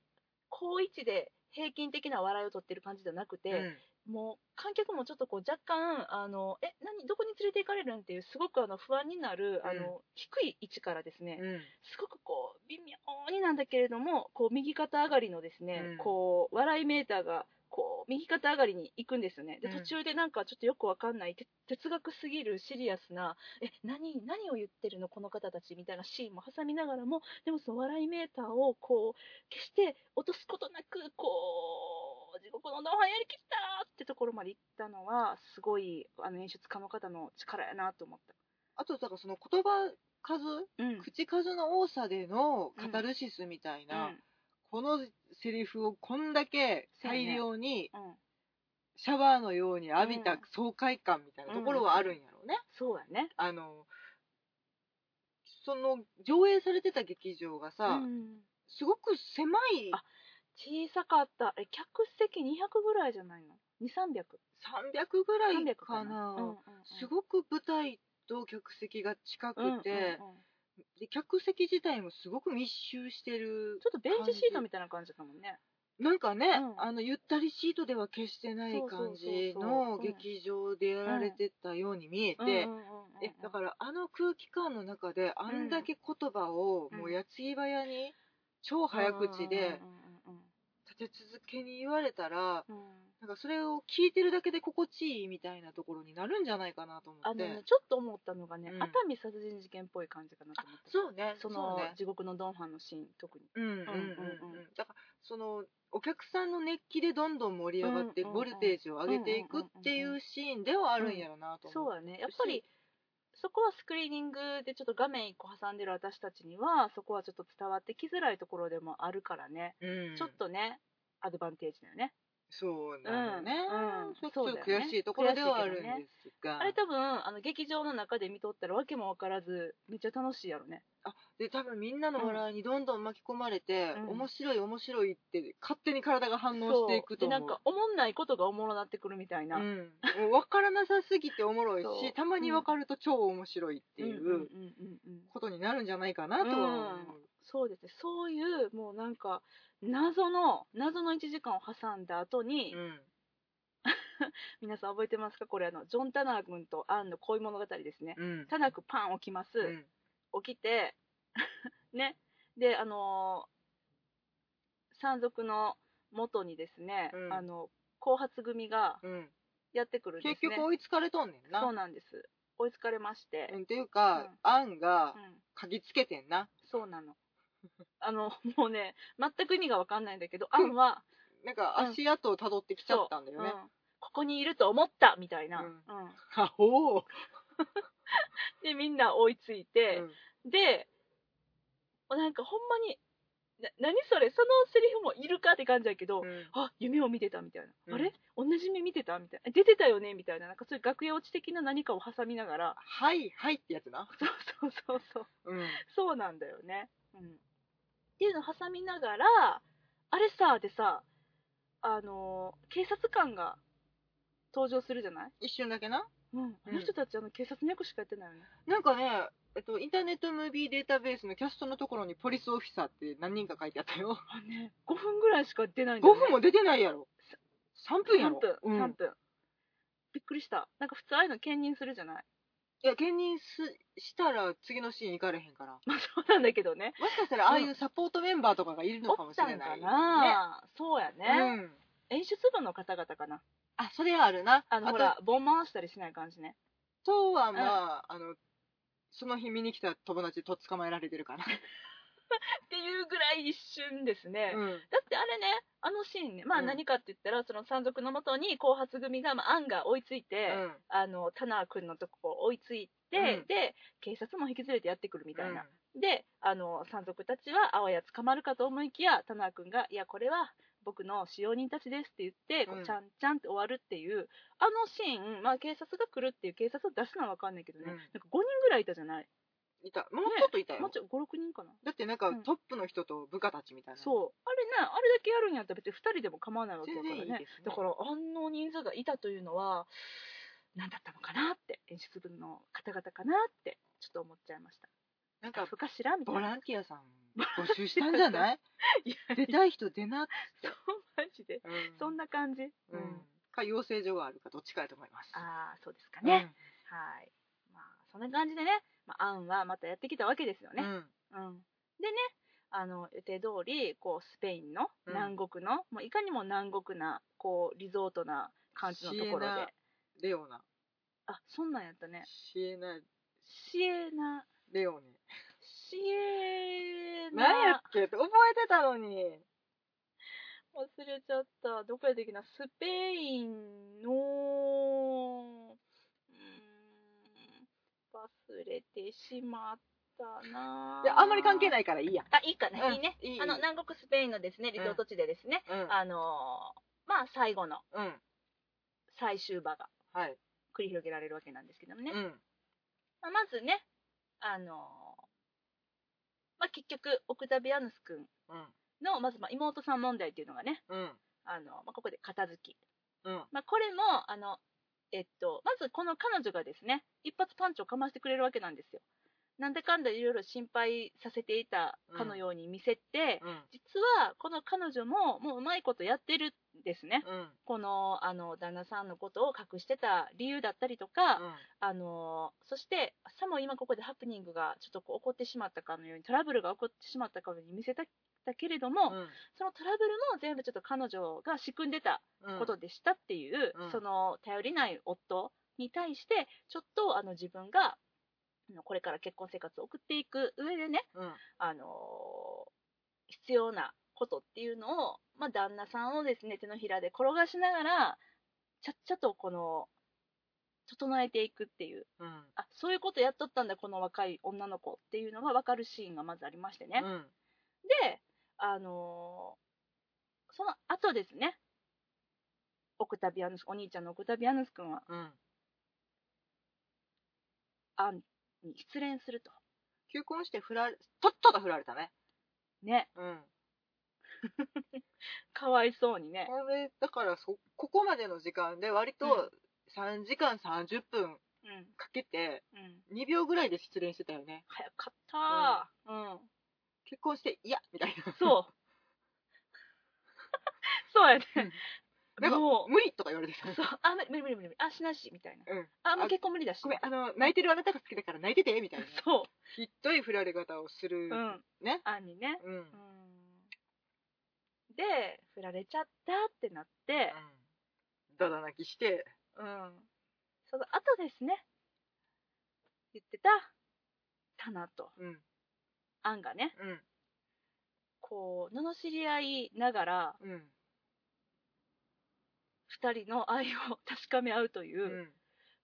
高一で平均的な笑いを取ってる感じじゃなくて、
うん
もう観客もちょっとこう若干あのえ何どこに連れて行かれるんっていうすごくあの不安になる、あの低い位置からですね、
うん
すごくこう微妙になんだけれどもこう右肩上がりのですね、
うん
こう笑いメーターがこう右肩上がりに行くんですよねで
うん
途中でなんかちょっとよくわかんないて哲学すぎるシリアスなえ何何を言ってるのこの方たちみたいなシーンも挟みながらもでもその笑いメーターをこう決して落とすことなくこう地獄のドンファンやりきったってところまで行ったのはすごいあの演出家の方の力やなと思っ
あとだからその言葉数
た。うん
口数の多さでのカタルシスみたいな、
うん
このセリフをこんだけ大量に
うん
シャワーのように浴び
う
た
ん
爽快感みたいなところはあるんやろうね、
そうやね。
あのその上映されてた劇場がさ、
うん
すごく狭い
あ小さかった。え、客席200ぐらいじゃないの ?2、300。
300ぐらい
300
か
う
な、
んうんうん
すごく舞台と客席が近くて、
うんうんうんちょ
で客席自体もすごく密集してる
っとベンチシートみたいな感じかもね。
なんかね、
うん
あのゆったりシートでは決してない感
そうそう
じの
そうそううん
劇場でやられてたように見え
う
て、
んうんうんうん
えだからあの空気感の中であんだけ言葉をもう矢継ぎ早に超早口で
うんうん
立て続けに言われたら
うんうんうん
なんかそれを聞いてるだけで心地いいみたいなところになるんじゃないかなと思
あ
っ
の
て、
ね、ちょっと思ったのがね、
うん
熱海殺人事件っぽい感じかなと思って
そうね
そ
そ
の
うね
地獄のドンファンのシーン特に
うんうんうんうん
うんうんうん
だからそのお客さんの熱気でどんどん盛り上がって
うんうんうん
ボルテージを上げていくっていうシーンではあるんやろなと
そう
思う
はねやっぱりそこはスクリーニングでちょっと画面1個挟んでる私たちにはそこはちょっと伝わってきづらいところでもあるからね、
うん
ちょっとねアドバンテージだよね、
そうなのね
うんうん
ちょっと
そうだよね
悔しいところではあるん
悔しいけどね
ですが
あれ多分あの劇場の中で見とったらわけも分からずめっちゃ楽しいやろね
あで多分みんなの笑いにどんどん巻き込まれて、
うん
面白い面白いって勝手に体が反応していくと思
そうでな
う
んかおもんないことがおもろなってくるみたいな、
うん、もう分からなさすぎておもろい
そう
し、たまに分かると超面白いってい
んんん
う
うんうん
ことになるんじゃないかなとは思う。
そうですねそういうもうなんか謎の謎の1時間を挟んだ後に、
うん
皆さん覚えてますかこれあのジョン・タナー君とアンの恋物語ですね、
うん
タナー君パン起きます、
うん
起きて ねであのー山賊の元にですね、
うん
あの後発組が
うん
やってくるんですね
結局追いつかれとんねんな。
そうなんです追いつかれまして、
うん、というか、アンが
うん
嗅ぎつけてんな。
そうなのあのもうね全く意味が分かんないんだけどアンは
なんか足跡をたどってきちゃったんだよね
そう。うんここにいると思ったみたいな、
うん
うん
あ ほう、
でみんな追いついて、でもうなんかほんまにな何それそのセリフもいるかって感じやけど、
うんうん
あ夢を見てたみたいな、
うん
あれ同じ夢見てたみたいな出てたよねみたいななんかそういう楽屋落ち的な何かを挟みながら
はい、はいってやつな。
そうそうそうそう
うん。
そうなんだよね、うん、っていうのを挟みながらあれさでさあのー警察官が登場するじゃない
一瞬だけな。
うん、あの人たち、あの警察の役しかやってないよね。
なんかね、えっと、インターネットムービーデータベースのキャストのところにポリスオフィサーって何人か書いてあった よ。
あね、5分ぐらいしか出ないん
5
だよ、ね。
分も出てないやろ。3分や
3
ろ。
分、
う
3
ん。
分。びっくりした。なんか普通ああいうの兼任するじゃない。
いや、兼任すしたら次のシーン行かれへんから。
まあそうなんだけどね。
もしかしたらああいうサポートメンバーとかがいるのか
お
も
っ
し
た
れ
ん
な
か
い。
な、そうやね、
ね。うん。
演出部の方々かな。
あ、それはあるな。
あの、
と
ほら、ボン回したりしない感じね。
とはまあ、あの、その日見に来た友達と捕まえられてるから。
っていうぐらい一瞬ですね。
うん。
だってあれね、あのシーンね、まあ
うん
何かって言ったら、その山賊のもとに後発組が、まあ、アンが追いついて、
うん
あの、タナー君のとこを追いついて、
うん
で、警察も引き連れてやってくるみたいな。
うん
であの山賊たちはあわや捕まるかと思いきや田中君が「いやこれは僕の使用人たちです」って言ってこ
う
うんちゃんちゃんって終わるっていうあのシーン、まあ、警察が来るっていう警察を出すのは分かんないけどね、
うん
なんか5人ぐらいいたじゃない
いた。もうちょっといた
もう
よ。
ちょ56人かな、
だってなんか
うん
トップの人と部下たちみたいな。
そうあれねあれだけやるんやったら別に2人でも構わないわけだ
全
から
然い
ね
いですね
だからあの人数がいたというのは何だったのかなって演出部の方々かなってちょっと思っちゃいました
なん
スタ
か
ッフかしらみたい
ボ
な
ランティアさん募集したんじゃない
いや
出たい人出なっつって。
マジで
うん
そんな感じ、
うん。か養成所があるかどっちかやと思います。
ああそうですか
うん
ね、はいまあそんな感じでね、まあ、アンはまたやってきたわけですよ
う
ね、
ん。
うんでねあの予定通りこうスペインの
うん
南国の、もういかにも南国なこうリゾートな感じのところで
シエナレオナ。
あそんなんやったね
シエナ、
シエナ
レオネ。
シエナ
何やっけって覚えてたのに。
忘れちゃったどこやできなスペインのうーん忘れてしまったない
や、あんまり関係
い
ないからいいや。
あいいかな、
うん
いいね
いい
あの南国スペインのですねリゾート地でですね、
うん。
あのーまあ最後の
うん。
最終場が
はい。
繰り広げられるわけなんですけどもね、
うん。
まあまずねあのーまあ、結局オクタビアヌス君
うん。
のまずまあ妹さん問題っていうのがね
うん。
あの、まあ、ここで片付き、
うん。
まあ、これもあの、えっと、まずこの彼女がですね一発パンチをかましてくれるわけなんですよなんだかんだいろいろ心配させていたかのように見せて、
うん。
実はこの彼女ももううまいことやってるんですね、
うん。
このあの旦那さんのことを隠してた理由だったりとか、
うん。
あのそしてさも今ここでハプニングがちょっとこう起こってしまったかのようにトラブルが起こってしまったかのように見せたたけれども、
うん
そのトラブルも全部ちょっと彼女が仕組んでた
うん
ことでしたっていう、
うん
その頼りない夫に対してちょっとあの自分があのこれから結婚生活を送っていく上でね、
うん。
あの必要なことっていうのを、まあ、旦那さんをですね手のひらで転がしながらちゃっちゃとこの整えていくっていう
うん。
あそういうことやっとったんだこの若い女の子っていうのが分かるシーンがまずありましてね、
うん。
で、あのーその後ですね、オクタビアヌス、お兄ちゃんのオクタビアヌス君は、
うん。
アンに失恋すると。
求婚して振られ、とっとと振られたね。
ね、
うん。
かわいそうにね。
これ、だからそ、ここまでの時間で割と3時間30分
うん、
かけて、
うん、
2秒ぐらいで失恋してたよね。
早かったー、うん、
結婚して、いや、みたいな。
そう。 そうやね。
なんか
も、う
無理とか言われてた。
そう、あ、無理無理無理無理、あ、しないし、みたいな。
うん。
あ、もう
あ
結婚無理だし。
ごめん、あの、泣いてるあなたが好きだから泣いてて、みたいな。
そ
ひどい振られ方をす
う、う。
る
ん、
ね。
アンにね。
うん。うん。
うん、で、振られちゃったってなって、
だだ泣きして、
うん。その後ですね、言ってた、タナと
うん。
アンがね、
うん。
こう、罵り合いながら、
うん。
二人の愛を確かめ合うという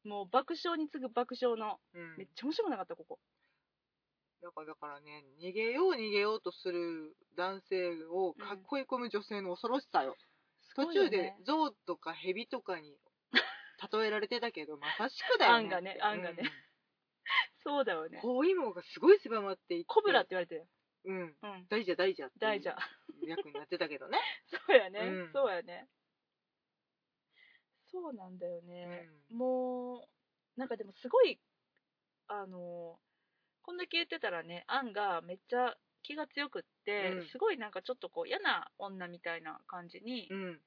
う、
ん。
もう爆笑に次ぐ爆笑の、
うん
めっちゃ面白くなかった、ここ。
だからだからね、逃げよう逃げようとする男性を囲い込む女性の恐ろしさよ。
す
途
ごいよ
中
ね
で象とか蛇とかに例えられてたけど、まさしくだ
ア
よね。
ンがねアンがねそうだよ
うん。
ね。
包囲網がすごい狭まっていて。
コブラって言われてたよ。
うん。
うん。
大蛇大蛇っていう
大じゃん。
役になってたけどね。
そうやね、
うん
そうやね。そうなんだよ ね。もう、なんかでもすごい、あの、こんだけ言ってたらね、アンがめっちゃ気が強くって、
うん
すごいなんかちょっとこう嫌な女みたいな感じに
うん。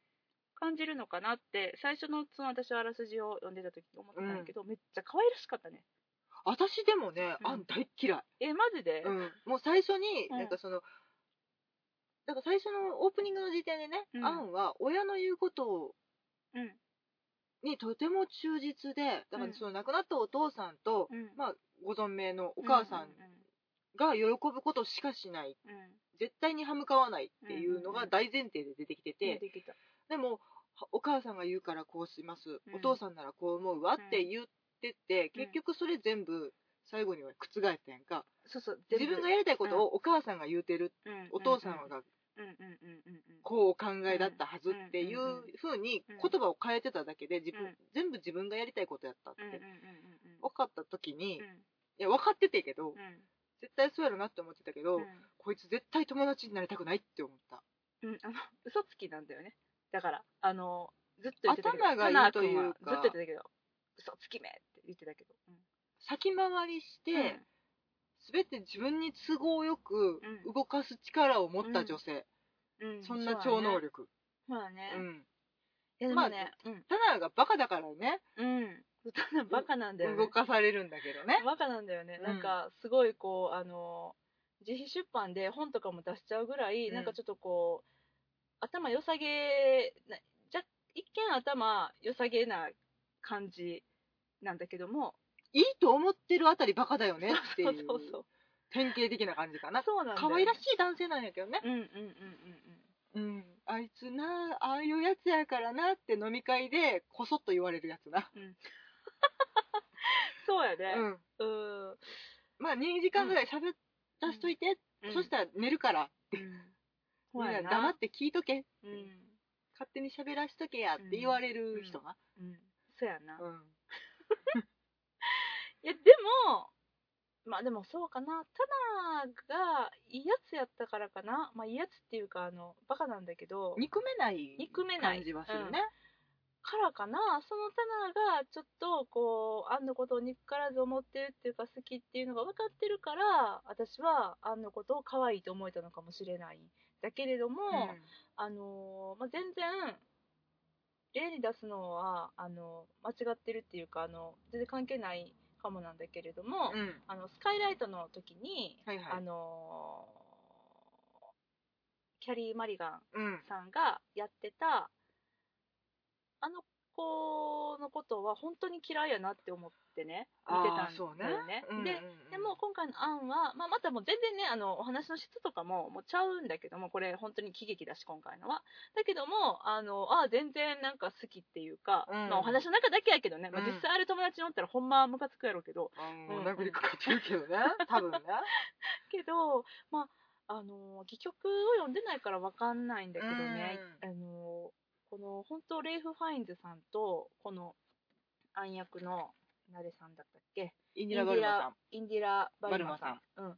感じるのかなって、最初のその私はあらすじを読んでた時に思ってたんだけど、めっちゃ可愛らしかったね。
私でもね、
うん
アン大っ嫌い。
え、マジで、
うん、もう最初に、
うん
なんかその、なんか最初のオープニングの時点でね、
うん
アンは親の言うこと
うん、
にとても忠実で、だか
うん
らその亡くなったお父さんと、
うん
まあ、ご存命のお母さんが喜ぶことしかしない、
うん、うん、うん
絶対に歯向かわないっていうの
うんうんう
が
ん
大前提で出てきてて、
できた。
でも、はお母さんが言うからこうします、
うん
お父さんならこう思うわって言って
う
て、
ん
結局それ全部、最後には覆ったやんか
そうそう、
自分がやりたいことをお母さんが言うてる、
全部、
お父さんが
うん、うん、うん、うん、うん、うん。
こうお考えだったはずっていうふうに
うん
言葉を変えてただけで自分、
うん
全部自分がやりたいことやったって、
うんうんうんうんうん
分かった時に、
う
い
ん
や分かっててけど、
う
絶対そうやろなって思ってたけど、
ん
こいつ絶対友達になりたくないって思った
うん、あの 嘘つきなんだよねだからあのずっと言ってたけど
頭がいいというか
タナー君はずっと言ってたけど嘘つきめって言ってたけど、
先回りして、
うん
全て自分に都合よく
うん
動かす力を持った女性、
うんう
そんな超能力
そうだね
う
そうんだね、
まあ
いやでもね
タナーがバカだからね
うん、 うん、タナーバカなんだよね
動かされるんだけどね
バカなんだよね、
うん
なんかすごいこうあの自費出版で本とかも出しちゃうぐらい、
うん
なんかちょっとこう頭良さげなじゃ一見頭良さげな感じなんだけども
いいと思ってるあたりバカだよねってい
そうう そうそう
典型的な感じかな
そうなんだよ
可愛らしい男性なんやけどね、
うんうんうんうん
うん、あいつなああいうやつやからなって飲み会でこそっと言われるやつな、
うんうんそうや
う
ね
ん、
うん、
まあ2時間ぐらい喋らしといて、
うん、
そしたら寝るから、
うん、そう
みん
や
な黙
な
って聞いとけ
うん
勝手に喋らしとけやって言われる人が、
うん、そうやな、
うん
いやでもまあでもそうかなタナがいいやつやったからかなまあいいやつっていうかあのバカなんだけど
憎めない
憎めない
感じはするね、
からかなそのタナがちょっとこうアンのことを憎からず思ってるっていうか好きっていうのが分かってるから私はアンのことを可愛いと思えたのかもしれないだけれども、
うん
あのーまあ、全然例に出すのはあの間違ってるっていうかあの全然関係ないかもなんだけれども、
うん
あのスカイライトの時に、
はいはい
あのーキャリー・マリガン
うん
さんがやってたあの子のことは本当に嫌いやなって思ってね見てたん
あーそうね
だよね。
うんうんうん
ででも今回の案は、まあ、またもう全然ねあのお話の質とかももうちゃうんだけどもこれ本当に喜劇だし今回のはだけどもあのあ全然なんか好きっていうか、
うん
まあ、お話の中だけやけどね、まあ、
うん
実際ある友達におったらほんまムカつくやろうけど、
あ
う
の
ん
殴りかかってるけどね多分ね
けどまああの戯曲を読んでないからわかんないんだけどね、あのこの本当レイフ・ファインズさんとこの暗躍の誰さんだったっけ
イン
イ
ディ
ン
ラ・バル
ディ
マさ
ラ
ん・
インディラバルマさん
バル
うん、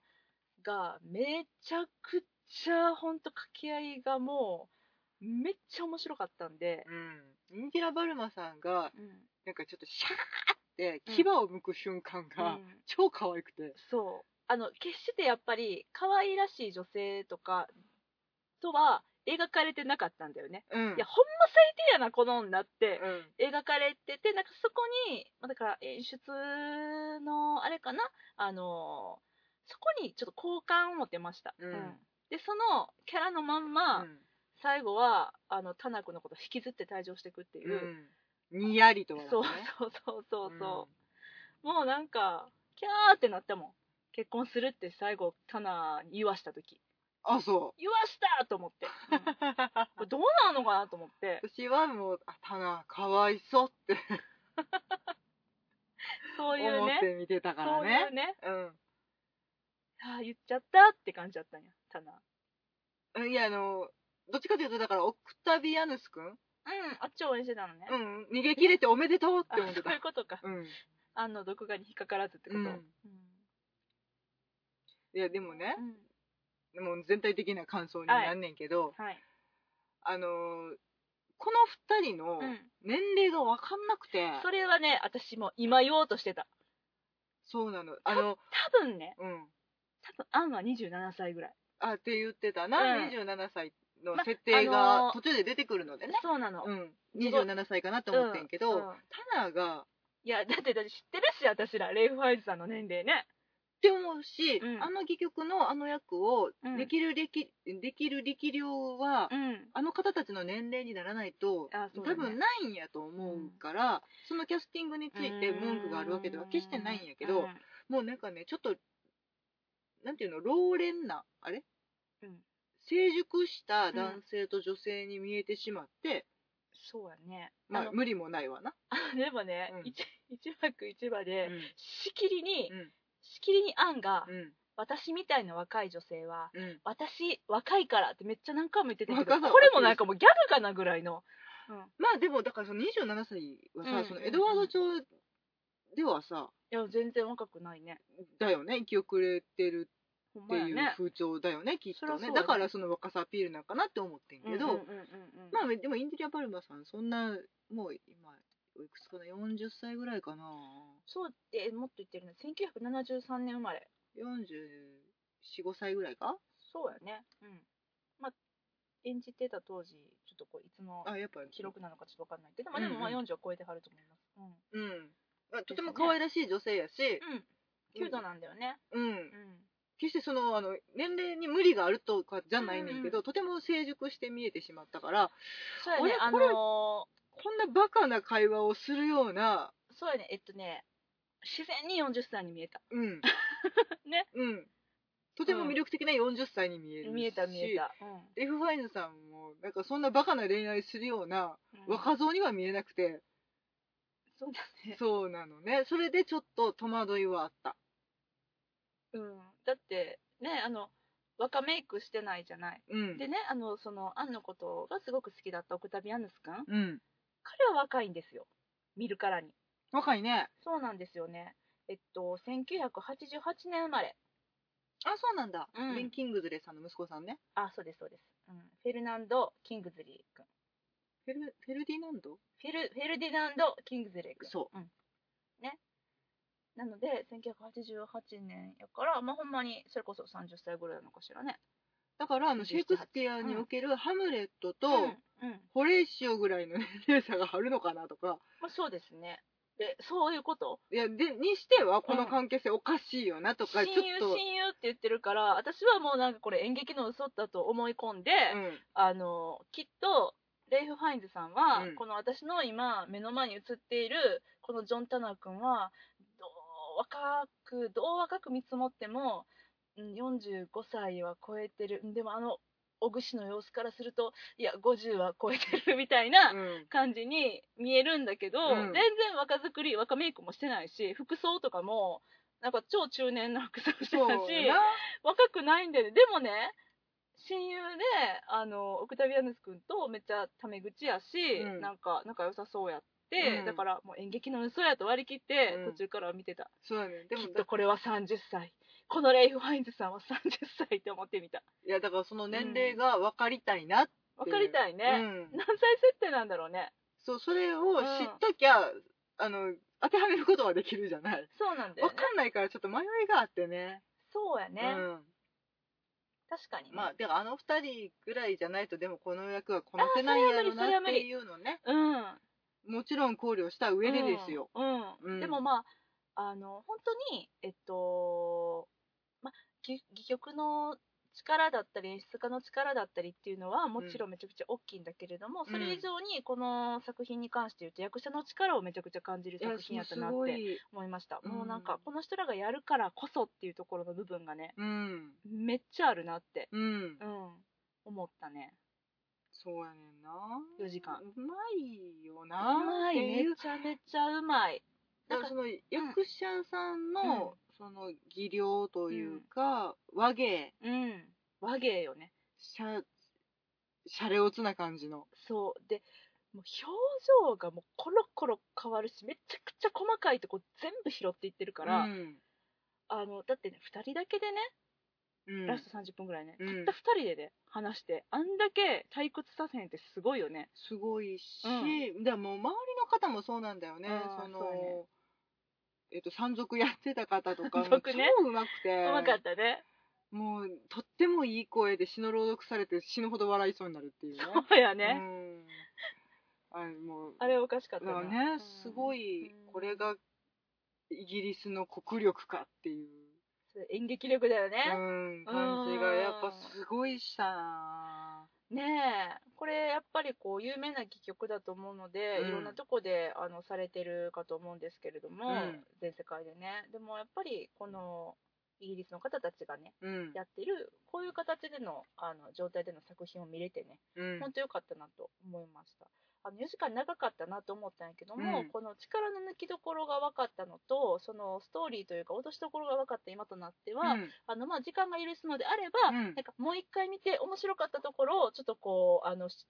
がめちゃくちゃ本当掛け合いがもうめっちゃ面白かったんで、
うん、インディラ・バルマさんが
うん
なんかちょっとシャーって牙を剥く瞬間が
うん
超可愛くて、
そうあの決してやっぱり可愛らしい女性とかとは描かれてなかったんだよね、
うん
いやほんま最低やなこの女って
うん
描かれててなんかそこにまあだから演出のあれかなあのそこにちょっと好感を持てました、
うん
でそのキャラのまんま、
うん
最後はあのタナコのこと引きずって退場していくっていう、
うん、にやりとは
そう
ね
そうそうそうそう、もうなんかキャーってなったもん結婚するって最後タナに言わした時
うん あそう
言わしたと思って、うんこれどうなのかなと思って
私はもうあタナかわいそうって
そういう
思っ
ね
て見てたから
そうい
ね
うね
うん
ああ言っちゃったって感じだったんやタナ
うんいやあのどっちかというとだからオクタビアヌス君、
うんあっちを応援してたのね、
うん、逃げ切れておめでとうっ
あ
て思って
そういう
た
ことか
うん、
あの毒画に引っかからずってこと、
う
うんん
いやでもね
うん
もう全体的な感想になんねんけど、
はい、
あのーこの二人の
うん、
年齢が分かんなくて、
それはね私も今言おうとしてた
そうなのあの
多分ね
うん
多分アンは27歳ぐらい、
あって言ってたな、
うん
27歳の
ま
設定
あの
が
ー
途中で出てくるのでね、
そうなの、
うん、27歳かなと思ってんけ
う
ど、
んうん
タナがっ
いやだってだって知ってるし私らレイフ・ファイズさんの年齢ね
て思うし、
うん
あの戯曲のあの役を
うん
できる力,、できる力量は、
うん
あの方たちの年齢にならないと、
あそうだ
多
ね
分ないんやと思うから、そのキャスティングについて文句があるわけでは決してないんやけど、もうなんかねちょっとなんていうの老練なあれ、
うん
成熟した男性と女性に見えてしまって、
そうやね、
ま
あ
あ
の
無理もないわな、
でもね、
うん
一一幕一話
う
で、
ん
しきりに、
うん
しきりにアンが、
うん
私みたいな若い女性は
うん、
私若いからってめっちゃ何回も言ってたけ
若
ど
さは
これもなんかもうギャグかなぐらいの、
まあでもだからその27歳はさ、
うん
そのエドワード朝ではさ
いや全然若くないね
だよね生き遅れてる
ほん
って
まや
いう
ね
風潮だよねきっと
そりゃそう
ね
やね
だからその若さアピールなんかなって思ってん
う
けど、
んうんうんうんうん
まあでもインテリア・パルマさんそんなもう今いくつかな40歳ぐらいかな
そうってもっと言ってるね1973年生まれ
445歳ぐらいか
そうやねうんまあ演じてた当時ちょっとこういつの
あやっぱ
記録なのかちょっとわかんないけど、まあ、でもまあ
うんうん
40を超えてはると思いますうん、
うん、まあ、とても可愛らしい女性やし、
うん、キュートなんだよね
うん
う、ん
決してそのあの年齢に無理があるとかじゃないねんけ
うん
ど、とても成熟して見えてしまったから
そうやね
あ
あ
れ
の
これ
ー
こんなバカな会話をするような
そうやねえっとね自然に40歳に見えた
うん
ね
うんとても魅力的な40歳に見えるし、
見えた見えた、うん
レフ・ファインズさんもなんかそんなバカな恋愛するような
うん
若造には見えなくて、
そうだね
そうなのねそれでちょっと戸惑いはあった
うん、だってねあの若メイクしてないじゃない。
うん
でね、あの、その、アンのことがすごく好きだったオクタビアヌス君、
うん
彼は若いんですよ。見るからに。
若いね
そうなんですよね。えっと、1988年生まれ。
あそうなんだ、
うん
ベン・キングズレーさんの息子さんね
あ、そうです、そうです。うん。フェルナンド・キングズリー君。
フェルフェルディナンド
フェルフェルディナンド・キングズレー君。。
そう
ん、ね。なので、1988年やから、まあ、ほんまに、それこそ30歳ぐらいなのかしらね。
だからあの
27
シェイクスピアにおけるハムレットと
うん。うん。
ホレイシオぐらいの年齢差があるのかなとか
まあ、そうですね。で、そういうこと
いやでにしてはこの関係性おかしいよなとか、
親
ちょっ
友、
と、
親友って言ってるから、私はもうなんかこれ演劇の嘘だと思い込んで、
うん、
あの、きっと、レイフ・ファインズさんは、
うん
この私の今、目の前に映っている、このジョン・タナー君は、どう若く、どう若く見積もっても、うん45歳は超えてる。でもあの、小串の様子からすると、いや、50は超えてるみたいな
うん
感じに見えるんだけど、
う
全
ん
然若作り、若メイクもしてないし、服装とかも、なんか超中年な服装してたし、
そうやな
若くないんだよねでもね親友であのオクタビアヌス君とめっちゃタメ口やし、
うん
なんか仲良さそうやって、
うん
だからもう演劇の嘘やと割り切って、
うん
途中から見てた
そうやねでも
きっ
だ
とこれは30歳このレイフ・ファインズさんは30歳って思ってみた
いやだからその年齢が分かりたいなっていう
分かりたいね、
うん
何歳設定なんだろうね
そうそれを知っときゃ、あの当てはめることはできるじゃない
そうなんだよ
分
ね
かんないからちょっと迷いがあってね
そうやね、
うん
確かにね、
まあ、でもあの二人ぐらいじゃないと、でもこの役はこな
あー
せないやろ
それ
な
は
っ
無理
ていうのね、
うん
もちろん考慮した上でですよ。
うん
うん
でもまああの本当にえっとま戯戯曲の力だったり演出家の力だったりっていうのはもちろんめちゃくちゃ大きいんだけれども、
うん
それ以上にこの作品に関して言うと役者の力をめちゃくちゃ感じる
いや
作品やったなっ
すご
て
い
思いました
うん
もうなんかこの人らがやるからこそっていうところの部分がね
うん、
めっちゃあるなって、
うん
う、ん、思ったね
そうやねんな。
四時間
うまいよ
う
な。
まい
って
め
いう
ちゃめちゃうまい
だか
なん
らそ
か
の役者さんの、
うん
その技量というか、和芸、
うん和芸よね
しゃ、しゃれおつな感じの。
そうでもう表情がもうコロコロ変わるしめちゃくちゃ細かいとこ全部拾っていってるから、
うん
あのだってね2人だけでね、
うん
ラスト30分ぐらいね、
うん
たった2人でね話してあんだけ退屈させへんってすごいよね
すごいし、
う
でもう周りの方もそうなんだよね
あー
その
そうやね
えっと山賊やってた方とかも
山
超
賊ね
うまくて
うまかったね
もうとってもいい声で詩の朗読されて死ぬほど笑いそうになるっていうね
そうやね、
うんあれもう
あれおかしかった
だか
な、
らねすごい
うん
これがイギリスの国力かっていう、
それ演劇力だよね、
うん、感じがやっぱすごいしたな
ねえこれやっぱりこう有名な戯曲だと思うので、
うん
いろんなとこであのされてるかと思うんですけれども、
うん
全世界でねでもやっぱりこのイギリスの方たちがね
うん
やってるこういう形でのあの状態での作品を見れてね
うん
本当良かったなと思いましたあの4時間長かったなと思ったんやけども、
うん
この力の抜きどころが分かったのとそのストーリーというか落としどころが分かった今となっては、
うん
あのまあ時間が許すのであれば、
うん
なんかもう一回見て面白かったところをちょっとこうあのし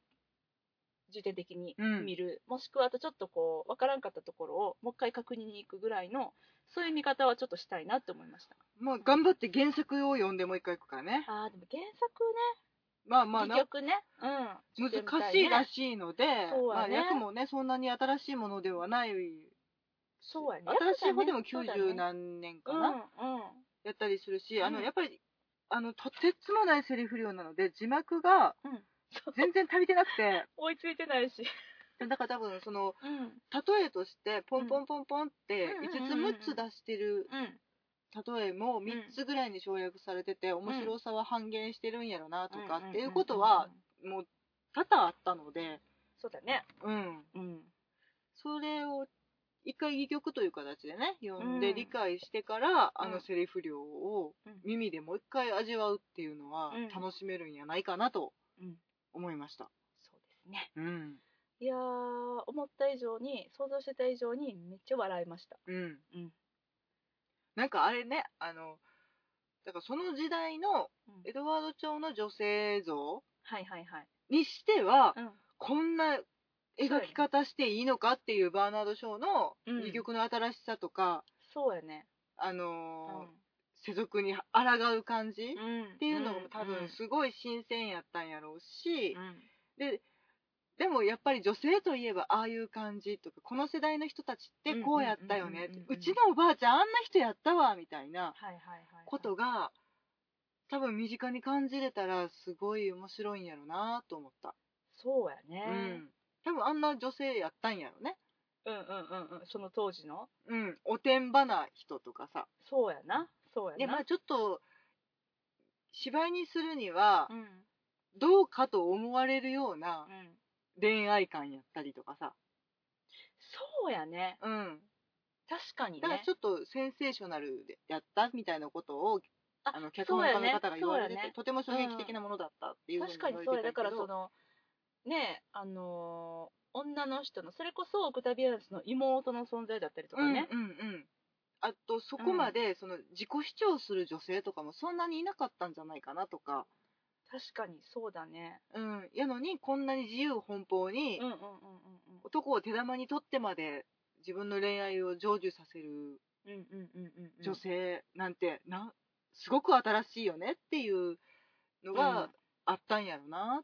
重点的に
うん
見る、もしくはあとちょっとこう分からんかったところをもう一回確認に行くぐらいのそういう見方はちょっとしたいなって思いました
まあ頑張って原作を読んでもう一回いくからね
あーでも原
まあまあ
作ね
な
戯曲ねうんちょっと読みた
難しいら
ね
しいので、
そう
ま
や
あ、
ね
役もねそんなに新しいものではない
そうやね
新しい方でも
そうだね
90何年かな、
うんうん
やったりするし、あの
うん
やっぱりあのとてつもないセリフ量なので字幕が
うんそう
全然足りてな くて
追いついてないし
だから多分その
うんうん
例えとしてポンポンポンポンって
うん
5つ
うんうんうんうん
6つ出してる例えも3つぐらいに省略されてて面白さは半減してるんやろなとかっていうことは
うんうんうんうん
もう多々あったので、
そうだね
うん、
うん
それを一回戯曲という形でね読ん
う
で
ん
理解してから、
うん
あのセリフ量を
うん
耳でもう一回味わうっていうのは
うん
楽しめるんやないかなと
うん
思いました。
そうですね
うん、
いやー、思った以上に、想像してた以上にめっちゃ笑いました。
うん、
うん。
なんかあれねあのだからその時代の
うん
エドワード朝の女性像
はいはいはい。
にしては、
うん
こんな描き方していいのかっていうバーナード・ショーの
うん
魅力の新しさとか、
そうやね。
あ
う
のー
ん。
世俗に抗う感じ、っ
うん
ていうのも多
うん
分すごい新鮮やったんやろうし、
うん
ででもやっぱり女性といえばああいう感じとかこの世代の人たちってこうやったよねっ
うん
て
うんうんうんうん
うちのおばあちゃんあんな人やったわみたいな
はいはいはい。
ことが多分身近に感じれたらすごい面白いんやろなと思った、
そうや
う
ね。
ん、多分あんな女性やったんやろね
うんうんうんうん。その当時の。
うんおてんばな人とかさ
そうやな。そう
で
や
ま
な
あ。ちょっと芝居にするには
うん。うん。
どうかと思われるような恋愛観やったりとかさ
そうやね。
うん
確かに
だから
ね
ち。ょっとセンセーショナルでやったみたいなことを
あ
あの脚本家の方が言われて
そうや
て、
ね
とても衝撃的なものだったっていうふう
確かに
言
そ
わ
うや。
れて
だ
た
か
け
ら
ど
その、ねえ、あのー女の人のそれこそオクタビアヌスの妹の存在だったりとかね、
うんうんうんあとそこまでその自己主張する女性とかもそんなにいなかったんじゃないかなとか、
確かにそうだね
うん、やのにこんなに自由奔放に
うんうんうん
男を手玉に取ってまで自分の恋愛を成就させる
うんうんうんうんうんうん
女性なんてなすごく新しいよねっていうの
う
が
ん
あったんやろな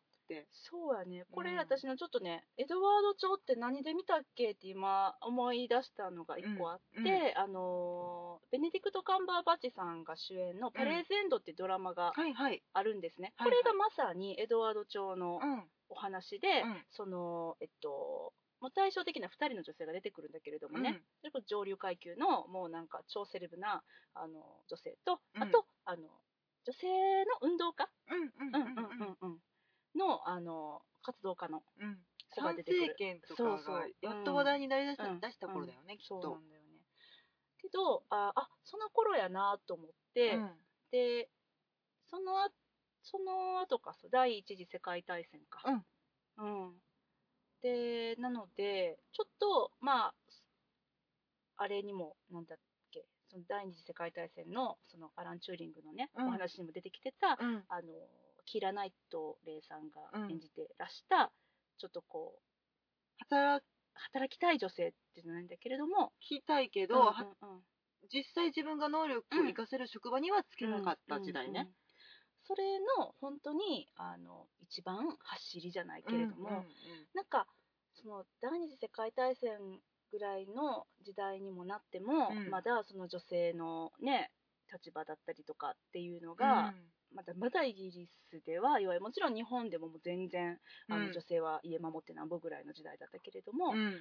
そうやねこれ
うん
私のちょっとね、エドワード町って何で見たっけって今思い出したのが1個あって、
うんう
あのーベネディクト・カンバーバッチさんが主演の「パレーズ・エンド」ってドラマが
はいはい、
あるんですね、
はいはい
これがまさにエドワード町の
うん、
お話で、
うん
そのえっとまあ対照的な2人の女性が出てくるんだけれどもね、それこそ上流階級のもうなんか超セレブなあの女性と、
うん
あとあの女性の運動家、
うんうん
うんうん
うんうん
うんうん、のあの活動家の
うん
子が
参
出てくる
政権とかが
そうそう
やっと話題になりだした,、
うん
出した頃だよね、きっ
そう
と
な。んだよねけどああその頃やなと思って、
うん
でそのあその後かそう第一次世界大戦かうん、でなのでちょっとまああれにもなんだっけその第二次世界大戦のそのアラン・チューリングのね、
うん
お話にも出てきてた、
うん
あのキーラ・ナイト・レイさん
う
が
ん
演じてらした、ちょっとこう
働
働きたい女性っていうのなんだけれども
きたいけど、
うん
は
うんうん
実際自分が能力を活かせる職場にはつけなかった時
う
代
んうんう
ね
ん。それの本当にあの一番走りじゃないけれども、
うんうん
なんかその第二次世界大戦ぐらいの時代にもなっても、
うん
まだその女性のね立場だったりとかっていうの
うん
が、まだまだイギリスでは弱いもちろん日本でももう全然あ
う
の
ん
女性は家守ってなんぼぐらいの時代だったけれども、
う
っ
ん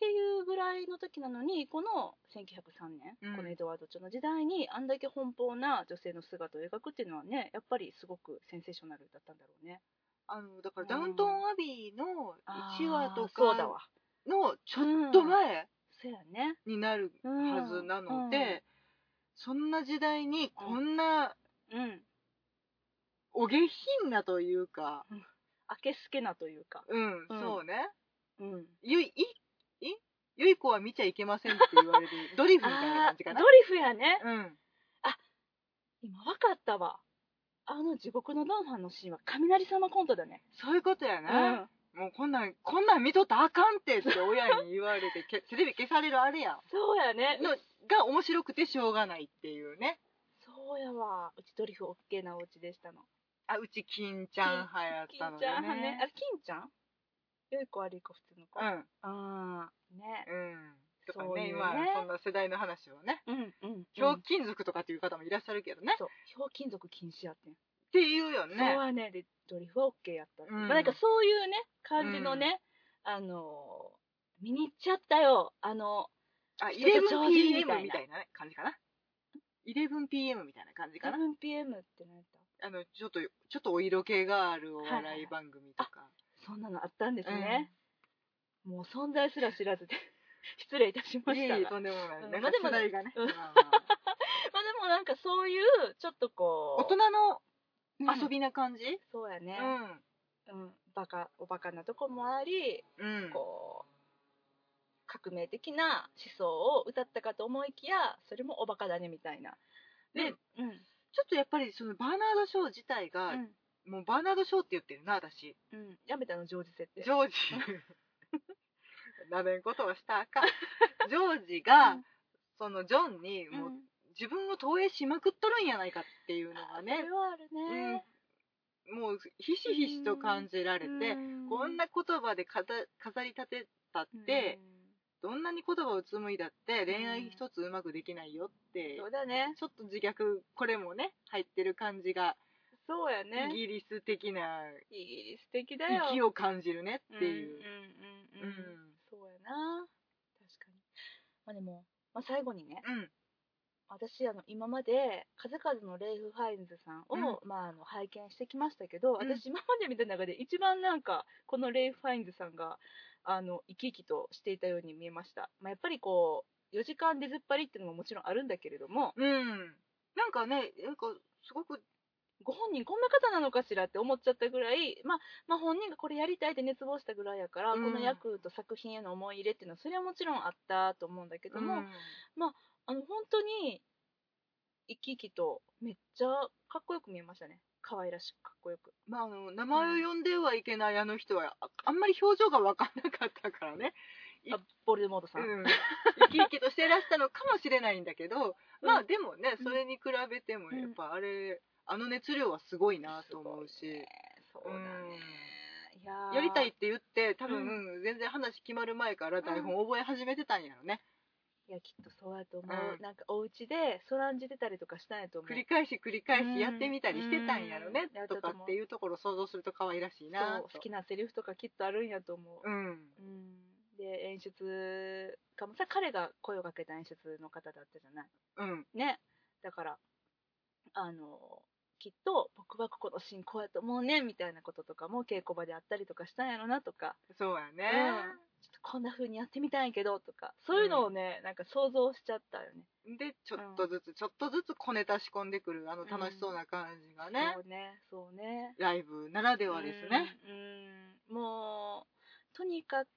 ていうぐらいの時なのにこの1903年、
うん
このエドワード朝の時代にあんだけ奔放な女性の姿を描くっていうのはねやっぱりすごくセンセーショナルだったんだろうね。
あのだからダウントン・アビーの1話と
あーそうだ
か
わ
のちょっと前
そうやね
になるはずなので、そんな時代にこんな
うん、うん、
お下品なというか、
あけすけなというか、
うん、そうね。
うん、
ゆい、い、いゆい子は見ちゃいけませんって 言われる、ドリフみたいな
あ
感
ード
じか
リ
な。
フやね
うん。
今わかったわあの地獄のドンファンのシーンは雷様コントだね
そういうことや
う
な。もうこんなん、こんなん見とったらあかんってって親に言われて、けテレビ消されるあれやん。
そうやね
のが面白くてしょうがないっていうね。
そうやわうちドリフオッケーなお家でしたの
あ、うち金ちゃん派やっ
金ちゃ
た
ん
ので
派ねあ
ね。
れ金ちゃん良い子悪い子普通の子、ああーね
うん。うん。とか
そういうね
ね、今、そんな世代の話をね。
うんうん、
ひょうきん族とかっていう方もいらっしゃるけどね。っ
そうひょうきん族禁止やってん
ていうよ
そう
ね。
はね、でドリフは OK やったっていう、
うん
まあ、なんかそういうね、感じのね、あのー、見に行っちゃったよ、あの、
あ、
ちょっと超人
11pm
み
み
た
たいな感じかな。11pm みたいな感じかな。
7pm って何やっ
あの、ちょっと、ちょっとお色気があるお
はいはい
笑
はい
い番組とか。
たそんなのあったんです
うん
ね。もう存在すら知らずで、 失礼いたしま
い
した
えいえ
が。
とんでもな
うん
い。なん
まあ
か
でも
世 代がね。
うん
まあまあ
まあでもなんかそういう、ちょっとこ
大
う、
人の遊びな感じ
そうやね、う
う
ん、バカ、おバカなとこもあり、
ん。うん。
こう、革命的な思想を歌ったかと思いきや、それもおバカだねみたいな。で、
で
うん、
ちちょっとやっぱりそのバーナード・ショー自体が、
うん
もうバーナード・ショーって言ってるな私
うん、やめたのジョージ設定
ジョー ジなめんことはしたらあか んジョージが、
うん
そのジョンにもう
うん
自分を投影しまくっとるんやないかっていうのが
そ
ね
れ、はあるね、
もうひしひしと感じられて、
うん
こんな言葉で飾飾り立てたって、どんなに言葉を紡いだって恋愛一つうまくできないよって、
うんそうだね
ちょっと自虐これもね入ってる感じが、
そうやね
イギリス的な
イギリス的だよ
息を感じるねっていう。
うん
う
うんうん、うんそうやな確かにまあでも、まあ、最後にね
んうん
私あの今まで数々のレイフ・ハインズさんを、まあ、あの拝見してきましたけど、
うん
私今まで見た中で一番なんかこのレイフ・ハインズさんがあの生き生きとしていたように見えました、まあ、やっぱりこう4時間出ずっぱりっていうのももちろんあるんだけれども
うんなんかねなんかすごく
ご本人こんな方なのかしらって思っちゃったぐらい、まあ、まあ本人がこれやりたいって熱望したぐらいやから、
うん
この役と作品への思い入れっていうのはそれはもちろんあったと思うんだけども、
うん
あの本当に生き生きとめっちゃかっこよく見えましたね可愛らしくかっこよく
まあ、あの名前を呼んではいけないあの人はああんまり表情が分かんなかったからね、い
あボルデモードさん、
うん、生き生きとしてらしたのかもしれないんだけど、
うん
まあでもね
うん
それに比べても
うん
やっぱあれ、あの熱量はすごいなと思う
すごい
し
ね、そうだね、いやー
やりたいって言って多分、
う
全然話決まる前から台本覚え始めてたんやろね、
いやきっとそうやと思う、
うん
なんかお家でそらんじてたりとかしたんやと思う
繰り返し繰り返しやってみたりしてたんやろね
うん、
とかっていうところを想像すると可愛らしいな
そう
と
好きなセリフとかきっとあるんやと思う
うん
うんで演出がもさ彼が声をかけた演出の方だったじゃない
うん
ねだからあのきっと僕はここの進行やと思うねみたいなこととかも稽古場であったりとかしたんやろなとか、
そうやね、
うんちょっとこんな風にやってみたいんやけどとかそういうのをね、なんか想像しちゃったよね
でちょっとずつ、ちょっとずつ小ネタ仕込んでくるあの楽しそうな感じがね、
そうねそうね
ライブならではですね
うんうんもうとにかく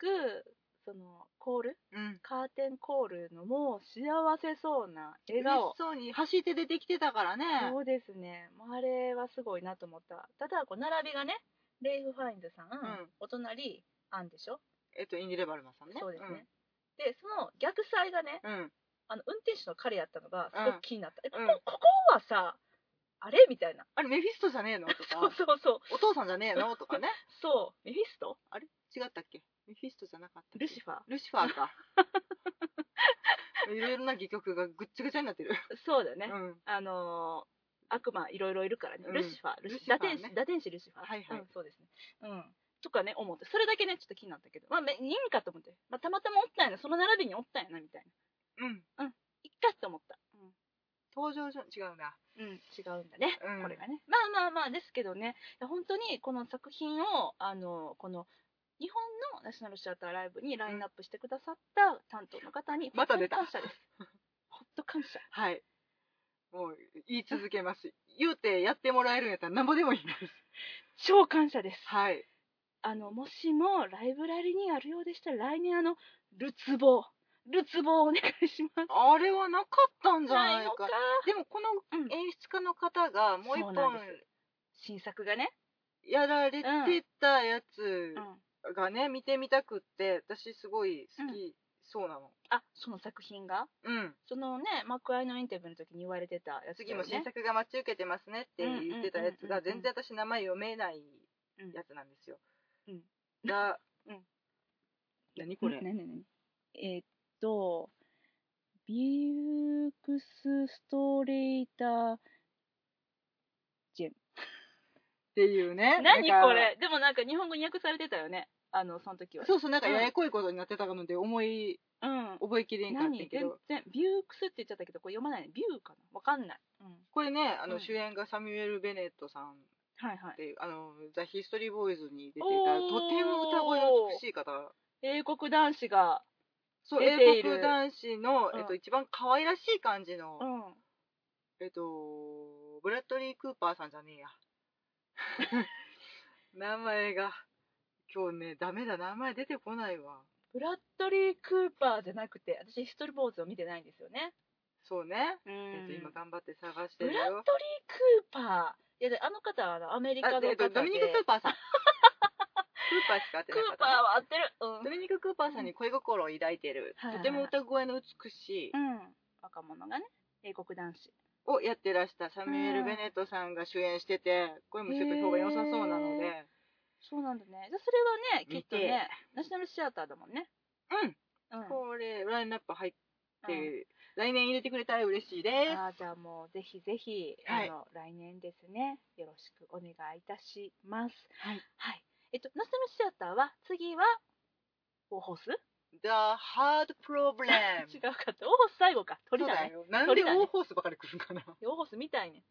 そのコール
うん
カーテンコールのもう幸せそうな笑
嬉
顔
しそうに走って出てきてたからね
そうですね、もうあれはすごいなと思った、ただ、こう並びがね、レイフ・ファインズさん、
ん
お隣、アンでしょ、
えっとインディレバルマさんね
そうですね、でその逆サイがね、
うん、うん
あの運転手の彼やったのが、すごく気になった、え
うん
ここここはさ、あれみたいな、
あれメフィストじゃねえのとか
そうそうそう、
お父さんじゃねえのとかね
そう、メフィスト
あれ違ったっけメフィストじゃなかったっけ
ルシファー、
ルシファーか いろいろな戯曲がぐっちゃぐちゃになってる、
そうだよね、
うん、
あのー悪魔いろいろいるからね、
うん
ルシファー、ルシ
ルシファ
ダ
ーね
天使、ダ天使ルシファー、
はいはい
うんそうですね、うん、とかね思って、それだけねちょっと気になったけど、まあめいいんかと思って、まあたまたまおったんやな、その並びにおったんやなみたいな、
うん、
いっかと思った、
登場じゃ違うな、
うん、違うんだね、
うん
これがね、まあまあまあですけどね、いや本当にこの作品をあのこの日本のナショナルシアターライブにラインナップしてくださった担当の方に、
また出た
本当に感謝です。ほっと感謝。
はいもう言い続けます言うてやってもらえるんやったらなんぼでもいいです
超感謝です。
はい
あのもしもライブラリにあるようでしたら来年あのルツボルツボをお願いします。
あれはなかったんじゃないかでもこの
うん、
演出家の方がもう
そ
一
う
本
なんです新作がね、
やられてたやつ
うん、
がね、見てみたくって私すごい好きそうなの
あその作品が
うん、
そのね幕アイのインタビューの時に言われてたやつだ
次
よ
も
ね、
新作が待ち受けてますねって言ってたやつが
うんうんうんうん
全然私名前読めない
うん
やつなんですよ、
うん
が、
うん
何これ、
ねねねえーっとビュークスストレーター
っていうね
何
なんか
これでもなんか日本語に訳されてたよねあのその時は
そうそうなんかややこいことになってたので思い
うん
覚えきれんかった
何
け
全
ど
然ビュークスって言っちゃったけどこれ読まないねビューかなわかんない、うん、
これねあ
う
の
ん
主演がサミュエル・ベネットさん
はいはい
っていうあのザ・ヒストリー・ボーイズに出ていた
おー
とても歌声の美しい方
英国男子が、
そう
出て
英
いる
国男子の、
うん
えっと、一番可愛らしい感じの、
ん、
えっとブラッドリー・クーパーさんじゃ ねえや名前が今日ねダメだ名前出てこないわ
ブラッドリー・クーパーじゃなくて私ヒストリー坊主を見てないんですよね
そうね。
う
えっと、今
ん
頑張って探して
ブ
る
ラッドリ
よ
ー・。クーパーいやであの方はあのアメリカ
あ
の方で、
えっと、ドミニク・クーパー さん。クーパーしか合って
ク
なか
ー
っ
パー
たな。
は合ってるうん
ドミニク・クーパーさんに恋心を抱いている、
はいはい
とても歌声の美しい、
うん、若者がね英国男子
をやってらしたサミュエル・ベネットさんが主演してて、これもすごい評判良さそうなので、
そうなんだねじゃあそれはねき
見
ってとねナショナルシアターだもんね
うん、
うん
これ、ラインナップ入っ
う
て、
ん
来年入れてくれたら嬉しいです。
あーじゃあもうぜひぜひ、
はい
あの来年ですねよろしくお願いいたします
はい、
はいえっとナショナルシアターは次はオーホース
The Hard
違
Problem
う。かってオーホース最後か 鳥だね
よ。なんで
鳥だね
オーホースばかり来るんかな。
オーホースみたいね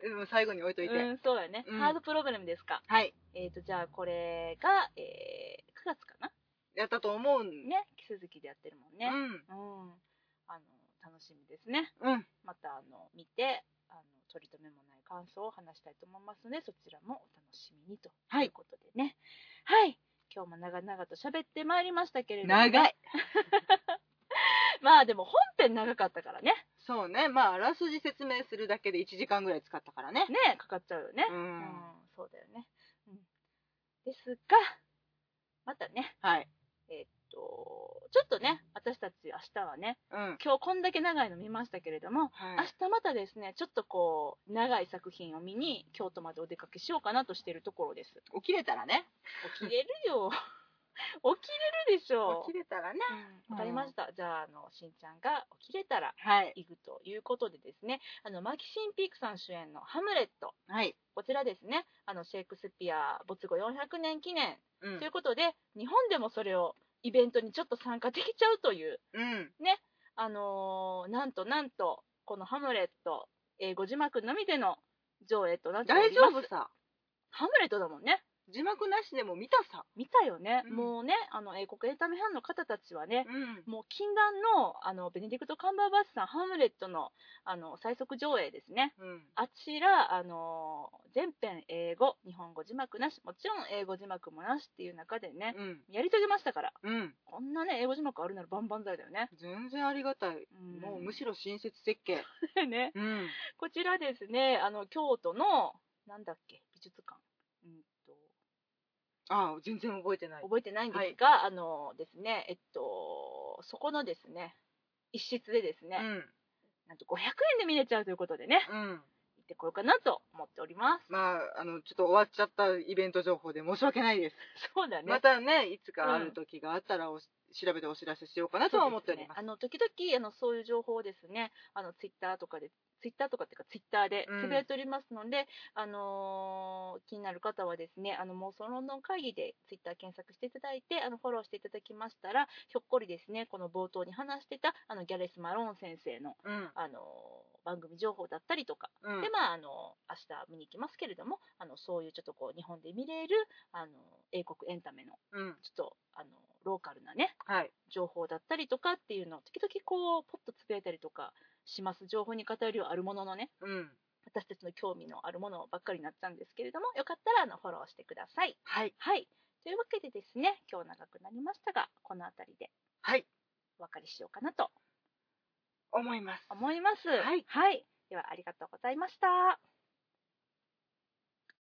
でも最後に置いといて。
うんそうやね、
うん
ハードプログラムですか
はい。
えっ、とじゃあこれが、えー、9月かな
やったと思うん。
ね木続きでやってるもんね
う
うん、あの楽しみですね
ん。うん。
またあの見てあの取り留めもない感想を話したいと思いますのでそちらもお楽しみにと
はい
いうことでねはい、今日も長々と喋ってまいりましたけれどもね、
長い。
まあでも本編長かったからね
そうね。まあ、あらすじ説明するだけで1時間ぐらい使ったからね。
ねえかかっちゃうよね
う
うん、
ん。
そうだよね、うん、ですがまたね
はい。
えっとちょっとね私たち明日はね
うん。
今日こんだけ長いの見ましたけれども
は
明
い。
日またですねちょっとこう長い作品を見に京都までお出かけしようかなとしているところです
起きれたらね。
起きれるよ 起きれるでしょ
起きれたらね。
うわかりましたじゃああのしんちゃんが起きれたら
はい。
行くということでですねあのマキシン・ピークさん主演の「ハムレット
はい。」
こちらですねあのシェイクスピア没後400年記念
う
と
ん
いう。ことで日本でもそれをイベントにちょっと参加できちゃうという
うん。
あのーなんとなんとこの「ハムレット」英語字幕のみでの上映となってお
大
りま
丈
す
夫さ。
ハムレットだもんね
字幕なしでも見たさ。
見たよね、
うん
もうねあの英国エンタメファンの方たちはね、
うん。
もう禁断のあのベネディクト・カンバーバッチさん「ハムレットの」あの最速上映ですね
うん。
あちら、あのー全編英語日本語字幕なしもちろん英語字幕もなしっていう中でね、
うん。
やり遂げましたから
うん。
こんなね英語字幕あるなら万々歳だよね、
全然ありがたい。
うん
もうむしろ親切設計。
ろ ね
うん。
こちらですね、あの京都のなんだっけ美術館、うんと
ああ、全然覚えてない。
覚えてないんですが、あのですね、えっとそこのですね一室でですね、
うん。
なんと500円で見れちゃうということでね、
うん。
行ってこようかなと思っております。
まあ、あの、ちょっと終わっちゃったイベント情報で申し訳ないです。
そうだね。
またね、いつかある時があったらおし、調べてお知らせしようかなとは思っており
そうで
ます。
すねあの時々あのそういう情報をですね、あのツイッターとかで。ツイッターとかっていうかツイッターで
うん
つぶやいておりますので、あのー気になる方はですねあの妄想論論会議でツイッター検索していただいてあのフォローしていただきましたらひょっこりですねこの冒頭に話してたあのギャレス・マローン先生の、
うん。
あのー番組情報だったりとか、
うん
でまああの明日見に行きますけれどもあのそういうちょっとこう日本で見れるあの英国エンタメの
うん。
ちょっとあのローカルなね
はい。
情報だったりとかっていうのを時々こうポッとつぶやいたりとかします情報に偏りはあるもののね
うん。
私たちの興味のあるものばっかりになっちゃうんですけれどもよかったらあのフォローしてください。
はい。
はいというわけでですね今日長くなりましたがこの辺りで
はい。
お別れしようかなと
思います。
思います。
はい
はい、ではありがとうございました。